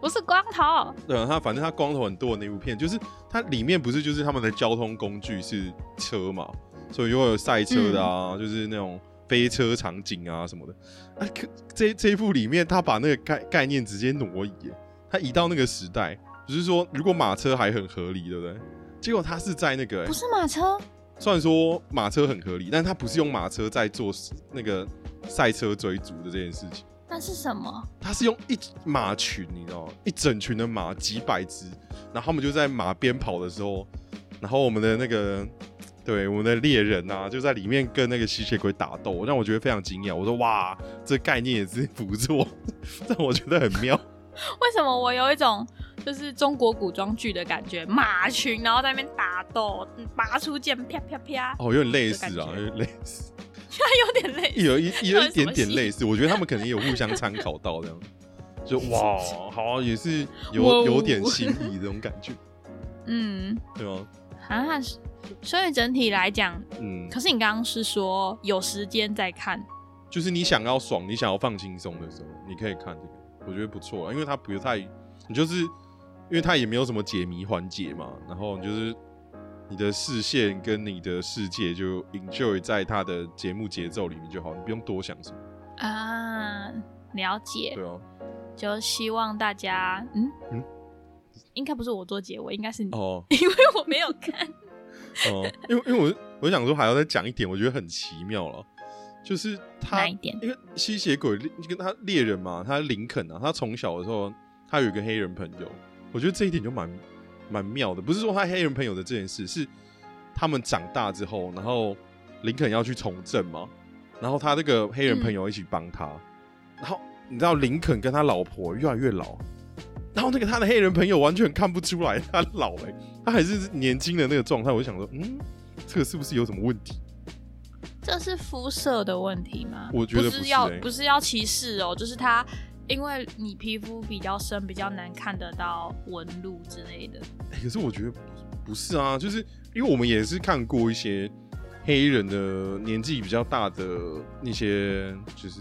Speaker 1: 不是光头，
Speaker 2: 对啊，他反正他光头很多的那部片，就是它里面不是就是他们的交通工具是车嘛，所以就会有赛车的啊，
Speaker 1: 嗯
Speaker 2: 就是那种飞车场景啊什么的。啊，可这这一部里面他把那个概概念直接挪移耶，他移到那个时代，只、是说如果马车还很合理，对不对？结果他是在那个、欸
Speaker 1: 不，是马车，
Speaker 2: 虽然说马车很合理，但他不是用马车在做那个赛车追逐的这件事情，
Speaker 1: 那是什么？
Speaker 2: 他是用一马群，你知道吗？一整群的马，几百只，然后他们就在马边跑的时候，然后我们的那个。对，我们的猎人啊，就在里面跟那个吸血鬼打斗，让我觉得非常惊讶。我说哇，这概念也是不错， 让我觉得很妙。
Speaker 1: 为什么我有一种就是中国古装剧的感觉？马群，然后在那边打斗，嗯拔出剑，啪啪啪，
Speaker 2: 哦，有点类似
Speaker 1: 的
Speaker 2: 啊，
Speaker 1: 感觉
Speaker 2: 有点类似。
Speaker 1: 有点类似。
Speaker 2: 有一有一点点
Speaker 1: 戏
Speaker 2: 类似，我觉得他们可能也有互相参考到这样，就哇，好也是
Speaker 1: 哇哦
Speaker 2: 有有点新意这种感觉，
Speaker 1: 嗯，
Speaker 2: 对吗？
Speaker 1: 啊，所以整体来讲，
Speaker 2: 嗯，
Speaker 1: 可是你刚刚是说有时间再看，
Speaker 2: 就是你想要爽，你想要放轻松的时候，你可以看这个，我觉得不错啊，因为它不太，你就是因为它也没有什么解谜环节嘛，然后你就是你的视线跟你的世界就 enjoy 在它的节目节奏里面就好，你不用多想什么，
Speaker 1: 啊，了解，
Speaker 2: 对啊，
Speaker 1: 就希望大家，嗯
Speaker 2: 嗯
Speaker 1: 应该不是我做结尾，应该是你，
Speaker 2: 哦。
Speaker 1: 因为我没有看。
Speaker 2: 哦，因为因为我我想说还要再讲一点，我觉得很奇妙了，就是他
Speaker 1: 哪一点
Speaker 2: 因为吸血鬼跟他猎人嘛，他林肯啊，他从小的时候他有一个黑人朋友，我觉得这一点就蛮蛮妙的，不是说他黑人朋友的这件事，是他们长大之后，然后林肯要去从政嘛，然后他这个黑人
Speaker 1: 嗯
Speaker 2: 朋友一起帮他，然后你知道林肯跟他老婆越来越老。然后那个他的黑人朋友完全看不出来他老哎、他还是年轻的那个状态，我就想说，嗯，这个是不是有什么问题？
Speaker 1: 这是肤色的问题吗？
Speaker 2: 我觉得
Speaker 1: 不
Speaker 2: 不
Speaker 1: 是
Speaker 2: 是
Speaker 1: 要
Speaker 2: 欸
Speaker 1: 不是要歧视哦，就是它因为你皮肤比较深，比较难看得到纹路之类的。
Speaker 2: 欸可是我觉得不是啊，就是因为我们也是看过一些黑人的年纪比较大的那些就是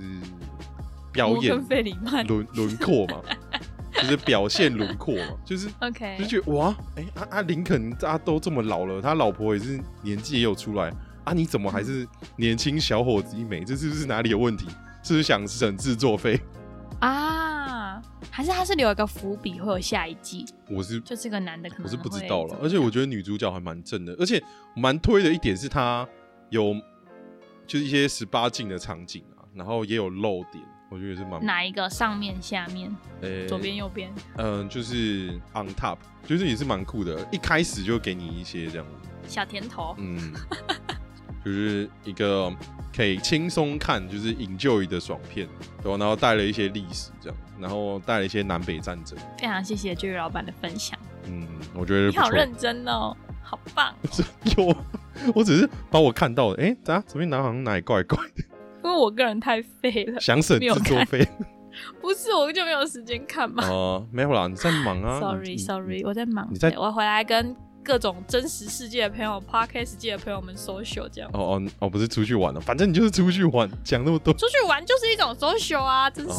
Speaker 2: 表
Speaker 1: 摩
Speaker 2: 演
Speaker 1: 根费里曼
Speaker 2: 轮轮廓嘛，就是表现轮廓嘛，就是就
Speaker 1: OK，
Speaker 2: 觉得哇，哎、啊啊，林肯他都这么老了，他老婆也是年纪也有出来啊，你怎么还是年轻小伙子一枚？这是不是哪里有问题？是不是想省制作费？
Speaker 1: 啊，还是他是留一个伏笔，会有下一季。
Speaker 2: 我是
Speaker 1: 就这个男的可能
Speaker 2: 我是不知
Speaker 1: 会
Speaker 2: 道
Speaker 1: 怎
Speaker 2: 了，
Speaker 1: 么
Speaker 2: 而且我觉得女主角还蛮正的，而且蛮推的一点是她有就是一些十八禁的场景啊，然后也有露点，我觉得也是蛮
Speaker 1: 哪一个上面、下面、
Speaker 2: 呃
Speaker 1: 左边、右边？
Speaker 2: 嗯、就是 on top，就是也是蛮酷的，一开始就给你一些这样，
Speaker 1: 小甜头，
Speaker 2: 嗯，就是一个可以轻松看，就是 enjoy 的爽片，对吧？然后带了一些历史这样，然后带了一些南北战争，
Speaker 1: 非常谢谢这位老板的分享，
Speaker 2: 嗯，我觉得
Speaker 1: 你
Speaker 2: 不错
Speaker 1: 好。认真哦，好棒哦、
Speaker 2: 有，我只是把我看到的，哎、等下这边哪好像哪里怪怪 的，
Speaker 1: 因为我个人太废了，
Speaker 2: 想省
Speaker 1: 没有
Speaker 2: 制作
Speaker 1: 看
Speaker 2: 费
Speaker 1: 不是我就没有时间看嘛。
Speaker 2: 哦，没有啦，你在忙啊
Speaker 1: Sorry
Speaker 2: 你
Speaker 1: Sorry，我在忙，
Speaker 2: 你在
Speaker 1: 对我回来跟各种真实世界的朋友、Podcast 界的朋友们 social 这样。
Speaker 2: 哦哦哦，不是出去玩了、反正你就是出去玩，讲那么多，
Speaker 1: 出去玩 就是一种 social 啊，真是的，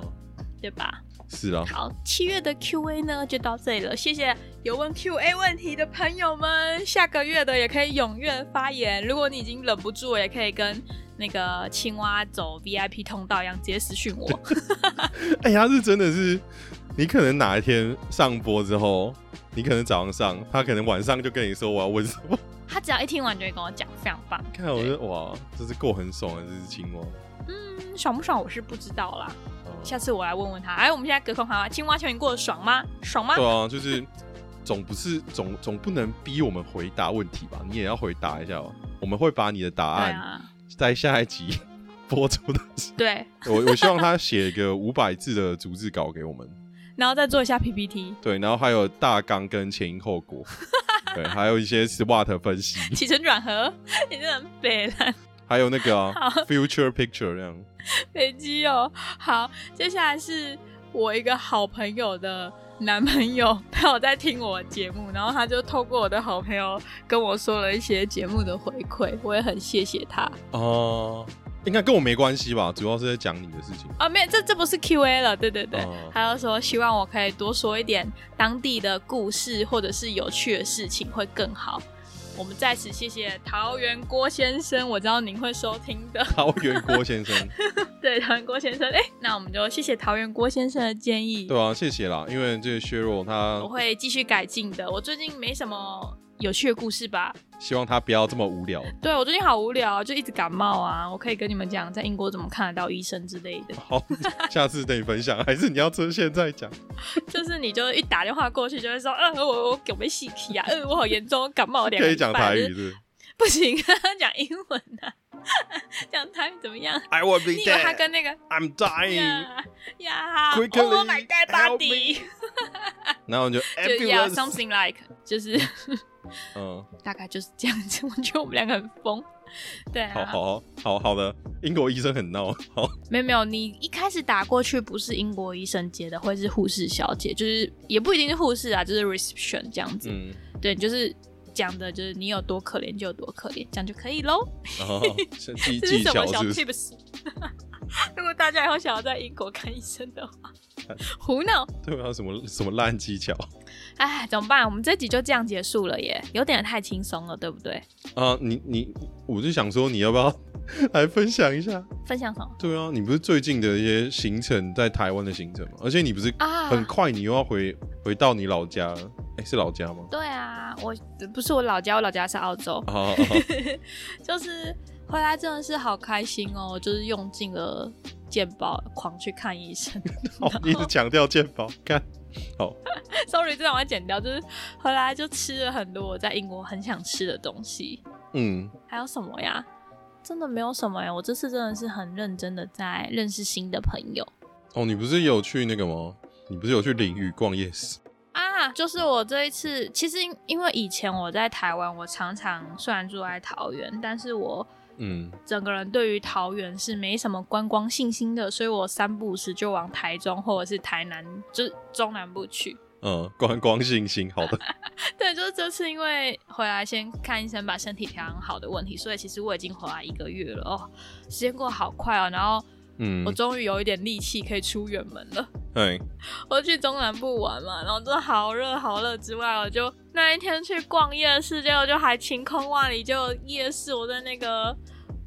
Speaker 2: 哦，
Speaker 1: 对吧？
Speaker 2: 是 啊，
Speaker 1: 好，七月的 Q&A 呢就到这里了，谢谢有问 Q&A 问题的朋友们，下个月的也可以踊跃发言。如果你已经忍不住了，也可以跟那个青蛙走 VIP 通道一样，直接 私讯我。
Speaker 2: 哎、他是真的是，你可能哪一天上播之后，你可能早上上，他可能晚上就跟你说我要问什么，
Speaker 1: 他只要一听完就会跟我讲，非常棒。
Speaker 2: 看我说哇，这是够很爽啊的，这只青蛙，
Speaker 1: 嗯，爽不爽我是不知道啦。
Speaker 2: 哦
Speaker 1: 下次我来问问他。哎，我们现在隔空喊话，青蛙球你过得爽吗？爽 吗？
Speaker 2: 对啊，就是总不是总总不能逼我们回答问题吧？你也要回答一下吧。我们会把你的答
Speaker 1: 对
Speaker 2: 案
Speaker 1: 啊，
Speaker 2: 在下一集 播出的时
Speaker 1: 对，
Speaker 2: 候，我我希望他写一个五百字的逐字稿给我们，
Speaker 1: 然后再做一下 PPT，
Speaker 2: 对，然后还有大纲跟前因后 果，对，还有一些 SWOT 分析，
Speaker 1: 起承转合， 你真的很北蓝
Speaker 2: 还有那个啊、
Speaker 1: 好
Speaker 2: future picture 那样。
Speaker 1: 北基哦。好，接下来是我一个好朋友的。男朋友他有在听我节目，然后他就透过我的好朋友跟我说了一些节目的回馈，我也很谢谢他
Speaker 2: 哦、应该跟我没关系吧？主要是在讲你的事情。
Speaker 1: 啊。没有，这这不是 Q&A 了，对对对。
Speaker 2: 哦
Speaker 1: 他就说希望我可以多说一点当地的故事或者是有趣的事情会更好。我们在此谢谢桃园郭先生，我知道您会收听 的。
Speaker 2: 桃园郭先 生，
Speaker 1: 对，桃园郭先生，哎、那我们就谢谢桃园郭先生的建议，哦
Speaker 2: 对啊，谢谢啦，因为这个削弱他
Speaker 1: 我会继续改进的。我最近没什么有趣的故事吧。
Speaker 2: 希望他不要这么无聊。
Speaker 1: 对我最近好无聊啊，就一直感冒啊。我可以跟你们讲，在英国怎么看得到医生之类的，
Speaker 2: 好， 下次等你分享，还是你要趁现在讲？
Speaker 1: 就是你就一打电话过去，就会说，嗯、呃，我我有被细气啊，嗯、呃，我好严重，感冒两
Speaker 2: 可
Speaker 1: 个
Speaker 2: 以
Speaker 1: 礼
Speaker 2: 讲
Speaker 1: 拜
Speaker 2: 台
Speaker 1: 就是
Speaker 2: 语是
Speaker 1: 不行，啊讲英文啊， 讲台语怎么样？
Speaker 2: ？I will be
Speaker 1: 你以为他跟那个
Speaker 2: I'm dying。
Speaker 1: 呀呀
Speaker 2: Quickly,
Speaker 1: Oh my dead
Speaker 2: help
Speaker 1: body，
Speaker 2: 然后你就
Speaker 1: 就呀
Speaker 2: everyone，
Speaker 1: something like，就是
Speaker 2: 嗯，
Speaker 1: 大概就是这样子。 我觉得我们两个很疯。对
Speaker 2: 好
Speaker 1: 啊，
Speaker 2: 好好好的，英国医生很闹，啊好，
Speaker 1: 没有没有，你一开始打过去不是英国医生接的，会是护士小姐，就是也不一定是护士啊，就是 reception 这样子。
Speaker 2: 嗯，
Speaker 1: 对，就是讲的就是你有多可怜就有多可怜，这样就可以喽。
Speaker 2: 然后是技
Speaker 1: 这是
Speaker 2: 技
Speaker 1: 什
Speaker 2: 巧
Speaker 1: 么小
Speaker 2: 是不是？
Speaker 1: tips？如 果大家以后想要在英国看医 生的话，胡闹！
Speaker 2: 对啊，什么什么烂技巧
Speaker 1: 哎，怎么办？我们这集就这样结束了耶，有点太轻松了，对不对？
Speaker 2: 啊？你你，我就想说，你要不要来分享一下？
Speaker 1: 分享什么
Speaker 2: 对啊，你不是最近的一些行程在台湾的行程吗？而且你不是
Speaker 1: 啊？
Speaker 2: 很快你又要回回到你老家了？哎，是老家吗？
Speaker 1: 对啊，我不是我老家，我老家是澳洲，
Speaker 2: 啊，好好好
Speaker 1: 就是回来真的是好开心哦，就是用尽了健保狂去看医生。
Speaker 2: 好，哦你一直强调健保，看
Speaker 1: Sorry，这段我要剪掉，就是回来就吃了很多我在英国很想吃的东西，
Speaker 2: 嗯，
Speaker 1: 还有什么呀？真的没有什么呀，我这次真的是很认真的在认识新的朋友。
Speaker 2: 哦，你不是有去那个吗？你不是有去淋雨逛夜市？
Speaker 1: 啊，就是我这一次，其实因因为以前我在台湾，我常常虽然住在桃园，但是我
Speaker 2: 嗯，
Speaker 1: 整个人对于桃园是没什么观光信心的，所以我三不五时就往台中或者是台南，就是中南部去。
Speaker 2: 嗯，观光信心，好的，
Speaker 1: 对，就是这次因为回来先看医生，把身体调养好的问题，所以其实我已经回来一个月了哦，时间过得好快哦，然后
Speaker 2: 嗯
Speaker 1: 我，终于有一点力气可以出远门了。
Speaker 2: 哎，
Speaker 1: 我去中南部玩嘛，然后真的好热好热之外，我就那一天去逛夜市，结果就还晴空万里，就夜市我在那个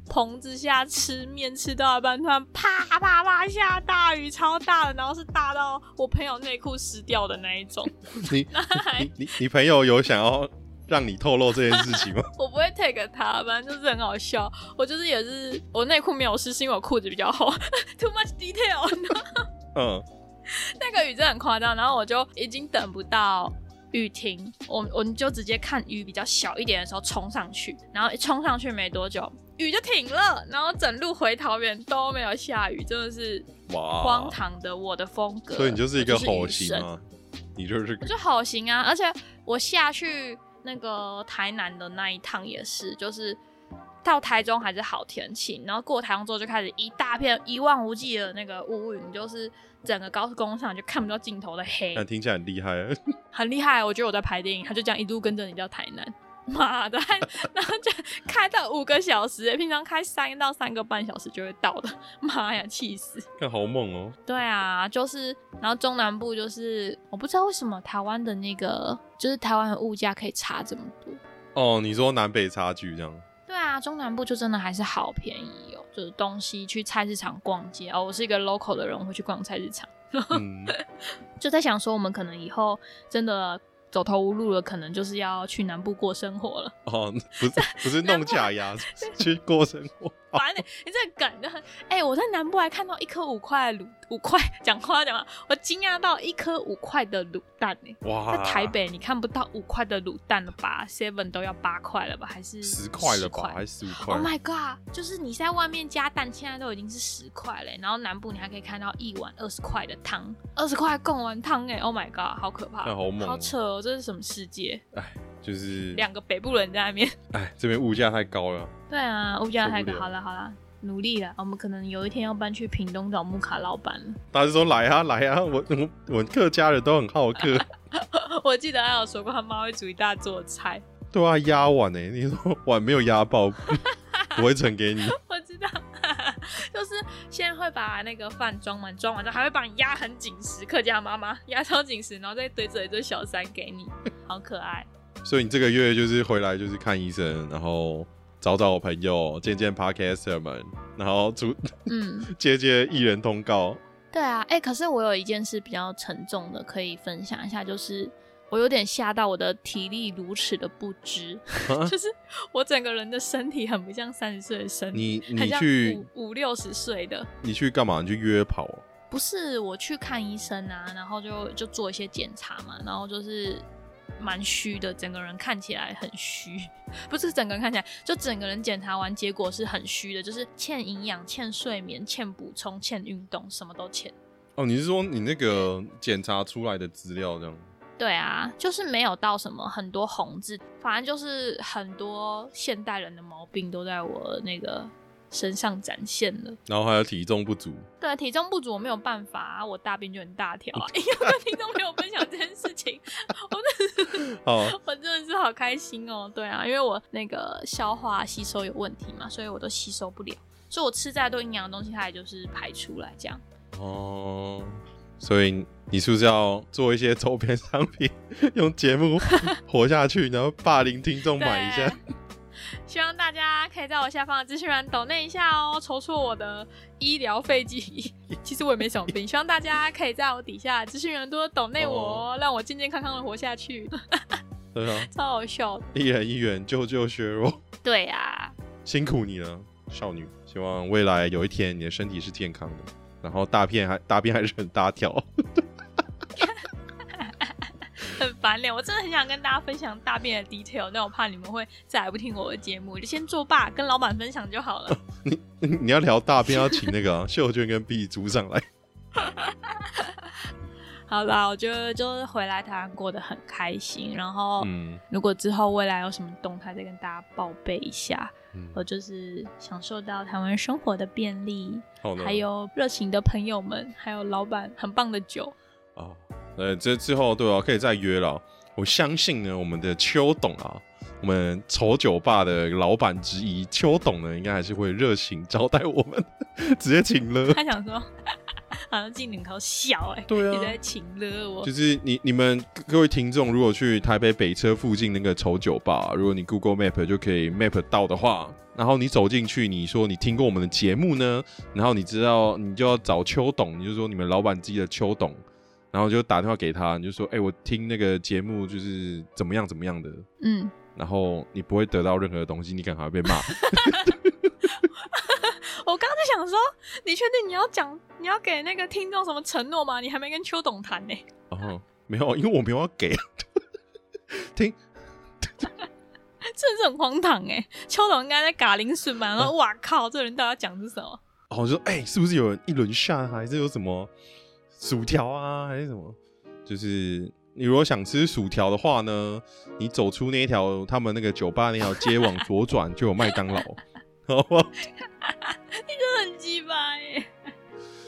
Speaker 1: 棚子下吃面，吃到一半突然啪啪啪下大雨，超大的，然后是大到我朋友内裤湿掉的那一种。
Speaker 2: 你你你你朋友有想要让你透露这件事情 吗？
Speaker 1: 我不会 take 他，反正就是很好笑。我就是也是我内裤没有湿，是因为我裤子比较厚 ，too much detail 。
Speaker 2: 嗯，
Speaker 1: 那个雨真的很夸张，然后我就已经等不到雨停，我我们就直接看雨比较小一点的时候冲上去，然后一冲上去没多久雨就停了，然后整路回桃园都没有下雨，真的是
Speaker 2: 哇
Speaker 1: 荒唐的我的风格。
Speaker 2: 所以你就是一个
Speaker 1: 我就是
Speaker 2: 吼
Speaker 1: 雨
Speaker 2: 型
Speaker 1: 神
Speaker 2: 啊，你就是
Speaker 1: 我就好行啊，而且我下去那个台南的那一趟也是，就是到台中还是好天气，然后过台中之后就开始一大片一望无际的那个乌云，就是整个高速公路上就看不到尽头的黑
Speaker 2: 那，听起来很厉 害啊，
Speaker 1: 很厉害。我觉得我在拍电影，他就这样一路跟着你到台南。 妈的，还然后就开到五个小时、平常开三到三个半小时就会到的。妈呀，气死！
Speaker 2: 看好猛哦，
Speaker 1: 对啊，就是，然后中南部就是，我不知道为什么台湾的那个，就是台湾的物价可以差这么多。
Speaker 2: 哦，你说南北差距这 样，
Speaker 1: 对啊，中南部就真的还是好便宜哦，就是东西去菜市场逛街哦。我是一个 local 的人，我会去逛菜市场，
Speaker 2: 嗯，
Speaker 1: 就在想说我们可能以后真的走投无路了，可能就是要去南部过生活了。
Speaker 2: 哦，不是不是弄假牙是去过生活，
Speaker 1: 烦你、你这个梗的，哎、我在南部还看到一颗五块的卤五块，讲话讲话，我惊讶到一颗五块的卤蛋欸呢、
Speaker 2: 哇，
Speaker 1: 在台北你看不到五块的卤蛋了吧？Seven 都要八块了吧？还是
Speaker 2: 十块了吧，
Speaker 1: 10
Speaker 2: 还是十五块
Speaker 1: Oh？my god！就是你在外面加蛋，现在都已经是十块嘞。然后南部你还可以看到一碗二十块的汤，二十块贡丸汤哎！Oh my god，好可怕，
Speaker 2: 那好猛哦
Speaker 1: 好扯哦！这是什么世界？
Speaker 2: 就是
Speaker 1: 两个北部人在那边。
Speaker 2: 哎，这边物价太高了，
Speaker 1: 对啊，物价太
Speaker 2: 受不了
Speaker 1: 高。好了好了，努力了，我们可能有一天要搬去屏东找木卡老板了。
Speaker 2: 大家就说来啊来啊，我我我客家人都很好 客。
Speaker 1: 我记得他有说过，他妈会煮一大桌菜。
Speaker 2: 对啊，压碗哎、你说碗没有压 爆，不会呈给你。
Speaker 1: 我知道， 就是先会把那个饭装满，装完之后还会把你压很紧实，客家妈妈压超紧实，然后再堆着一堆小三给你，好可爱。
Speaker 2: 所以你这个月就是回来就是看医生，然后找找我朋友，见见 podcaster 们，然后主
Speaker 1: 嗯，
Speaker 2: 接接艺人通告。
Speaker 1: 对啊，哎、可是我有一件事比较沉重的可以分享一下，就是我有点吓到我的体力如此的不支，
Speaker 2: 啊
Speaker 1: 就是我整个人的身体很不像三十岁的身体，
Speaker 2: 你
Speaker 1: 很
Speaker 2: 你
Speaker 1: 像
Speaker 2: 去
Speaker 1: 五五六十岁的。
Speaker 2: 你去干嘛？你去约跑哦？
Speaker 1: 不是我去看医生啊，然后就就做一些检查嘛，然后就是蛮虚的，整个人看起来很虚， 不是整个人看起来，就整个人检查完结果是很虚的，就是欠营养、欠睡眠、欠补充、欠运动，什么都欠。
Speaker 2: 哦，你是说你那个检查出来的资料这样？
Speaker 1: 对啊，就是没有到什么很多红字，反正就是很多现代人的毛病都在我那个身上展现了。
Speaker 2: 然后还有体重不足，
Speaker 1: 对，体重不足我没有办法啊，我大便就很大条啊。因为我跟听众朋友分享这件事情，
Speaker 2: 哦，
Speaker 1: 我真的是好开心哦。对啊，因为我那个消化吸收有问题嘛，所以我都吸收不了，所以我吃再多营养的东西，它也就是排出来这样。
Speaker 2: 哦，所以你是不是要做一些周边商品，用节 目活下去，然后霸凌听众
Speaker 1: 对，
Speaker 2: 买一下？
Speaker 1: 希望大家可以在我下方的资讯栏抖那一下哦，筹措我的医疗费记忆。 其实我也没什么病，希望大家可以在我底下资讯栏多抖内我，哦，让我健健康康的活下去，
Speaker 2: 对啊，
Speaker 1: 超好笑的。
Speaker 2: 一人一元救救削弱，
Speaker 1: 对啊，
Speaker 2: 辛苦你了，少女。希望未来有一天你的身体是健康的，然后大便还大便还是很大条。
Speaker 1: 很烦嘞，我真的很想跟大家分享大便的 detail，但我怕你们会再也不听我的节目，我就先作罢，跟老板分享就好了。
Speaker 2: 你要聊大便，要请那个啊、秀娟跟碧珠上来。
Speaker 1: 好啦，我觉得就是回来台湾过得很开心，然后、
Speaker 2: 嗯
Speaker 1: 如果之后未来有什么动态，再跟大家报备一下。
Speaker 2: 嗯，
Speaker 1: 我就是享受到台湾生活的便利，
Speaker 2: 好呢
Speaker 1: 还有热情的朋友们，还有老板很棒的酒。
Speaker 2: 啊，呃，这之后对啊，可以再约了。我相信呢，我们的邱董啊，我们丑酒吧的老板之一邱董呢，应该还是会热情招待我们， 直接请了。
Speaker 1: 他想说， 好像进领口小哎、欸，
Speaker 2: 对啊
Speaker 1: 一直在请了我
Speaker 2: 就。是你你们各位听众，如果去台北北车附近那个丑酒吧，如果你 Google Map 就可以 Map 到的话，然后你走进去，你说你听过我们的节目呢，然后你知道你就要找邱董，你就说你们老板自己的邱董，然后就打电话给他，你就说，哎、我听那个节目就是怎么样怎么样的，
Speaker 1: 嗯，
Speaker 2: 然后你不会得到任何东西，你可能还会被骂。
Speaker 1: 我刚刚在想说，你确定你要讲，你要给那个听众什么承诺吗？你还没跟邱董谈呢、
Speaker 2: 哦，没有，因为我没有要给。听，
Speaker 1: 真的是很荒唐哎、邱董应该在嘎铃顺吧？然后哇靠，这人到底要讲是什么？
Speaker 2: 哦，我就说哎、是不是有人一轮下，还是有什么薯条啊，还是什么？就是你如果想吃薯条的话呢，你走出那一条他们那个酒吧那条街往左转就有麦当劳，好不好？
Speaker 1: 真的很鸡巴哎，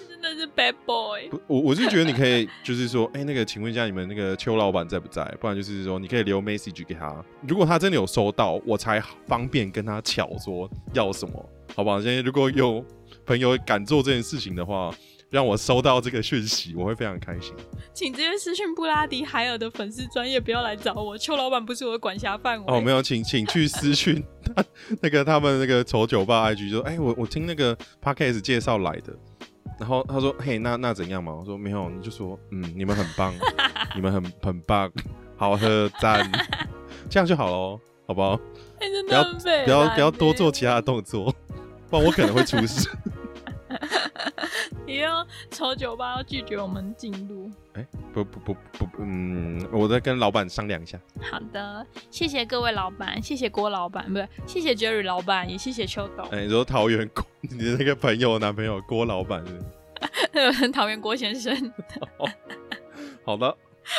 Speaker 1: 真的是 bad boy。
Speaker 2: 不我我是觉得你可以就是说，哎、那个请问一下你们那个邱老板在不在？不然就是说你可以留 message 给他，如果他真的有收到，我才方便跟他巧说要什么，好不好？现在如果有朋友敢做这件事情的话，让我收到这个讯息，我会非常开心。
Speaker 1: 请直接私讯布拉迪海尔的粉丝专业，不要来找我。邱老板不是我的管辖范围。
Speaker 2: 哦，没有，请请去私讯他那个他们那个丑酒吧 IG 就说，哎、我我听那个 podcast 介绍来的，然后他说，嘿，那那怎样嘛？我说没有，你就说，嗯，你们很棒，你们很很棒，好喝赞，这样就好喽，好不好？
Speaker 1: 哎、真
Speaker 2: 不要
Speaker 1: 的很北
Speaker 2: 不要
Speaker 1: 蓝
Speaker 2: 不要多
Speaker 1: 欸
Speaker 2: 做其他的动作，不然我可能会出事。
Speaker 1: 也要丑酒吧要拒绝我们进入。
Speaker 2: 不不不不，嗯，我再跟老板商量一下。
Speaker 1: 好的，谢谢各位老板，谢谢郭老板，不是，谢谢 Jerry 老板，也谢谢邱董，
Speaker 2: 哎、你说桃园郭， 你的那个朋友男朋友郭老板是不是
Speaker 1: 很讨厌郭先生。
Speaker 2: 好的。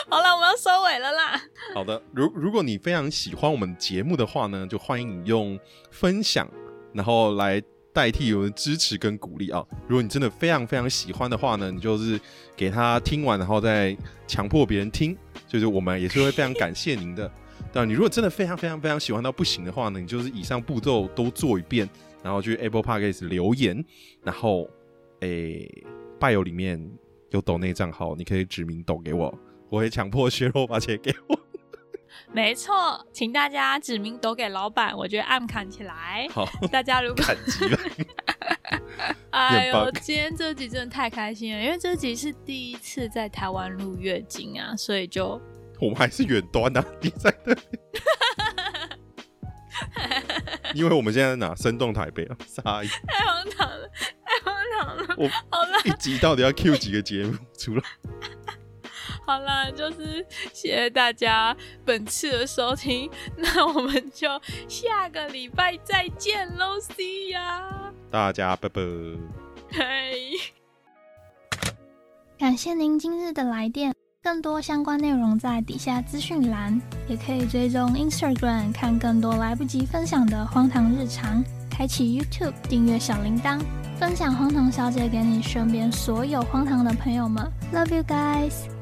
Speaker 1: 好了，我们要收尾了啦。
Speaker 2: 好的，如如果你非常喜欢我们节目的话呢，就欢迎你用分享，然后来代替我们的支持跟鼓励啊。如果你真的非常非常喜欢的话呢，你就是给他听完，然后再强迫别人听，就是我们也是会非常感谢您的。但你如果真的非常非常非常喜欢到不行的话呢，你就是以上步骤都做一遍，然后去 Apple Podcast 留言，然后诶、拜友里面有抖内账号，你可以指名抖给我，我会强迫削弱把钱给我。
Speaker 1: 没错，请大家指名抖给老板，我觉得暗砍起来。
Speaker 2: 好，
Speaker 1: 大家如果
Speaker 2: 砍击了。
Speaker 1: 哎
Speaker 2: 很
Speaker 1: 呦，
Speaker 2: 棒
Speaker 1: 今天这集真的太开心了，因为这集是第一次在台湾录月经啊，所以就
Speaker 2: 我们还是远端啊， 你在那边。因为我们现在在哪？生动台北啊，傻眼！
Speaker 1: 太荒唐了，太荒唐了。
Speaker 2: 我
Speaker 1: 好啦，
Speaker 2: 一集到底要 Q 几个节目出来？
Speaker 1: 好啦，就是谢谢大家本次的收听，那我们就下个礼拜再见喽，See ya，哎
Speaker 2: 大家拜拜。
Speaker 1: 嗨。
Speaker 3: 感谢您今日的来电，更多相关内容在底下资讯栏，也可以追踪 Instagram 看更多来不及分享的荒唐日常，开启 YouTube 订阅小铃铛，分享荒唐小姐给你身边所有荒唐的朋友们，Love you guys。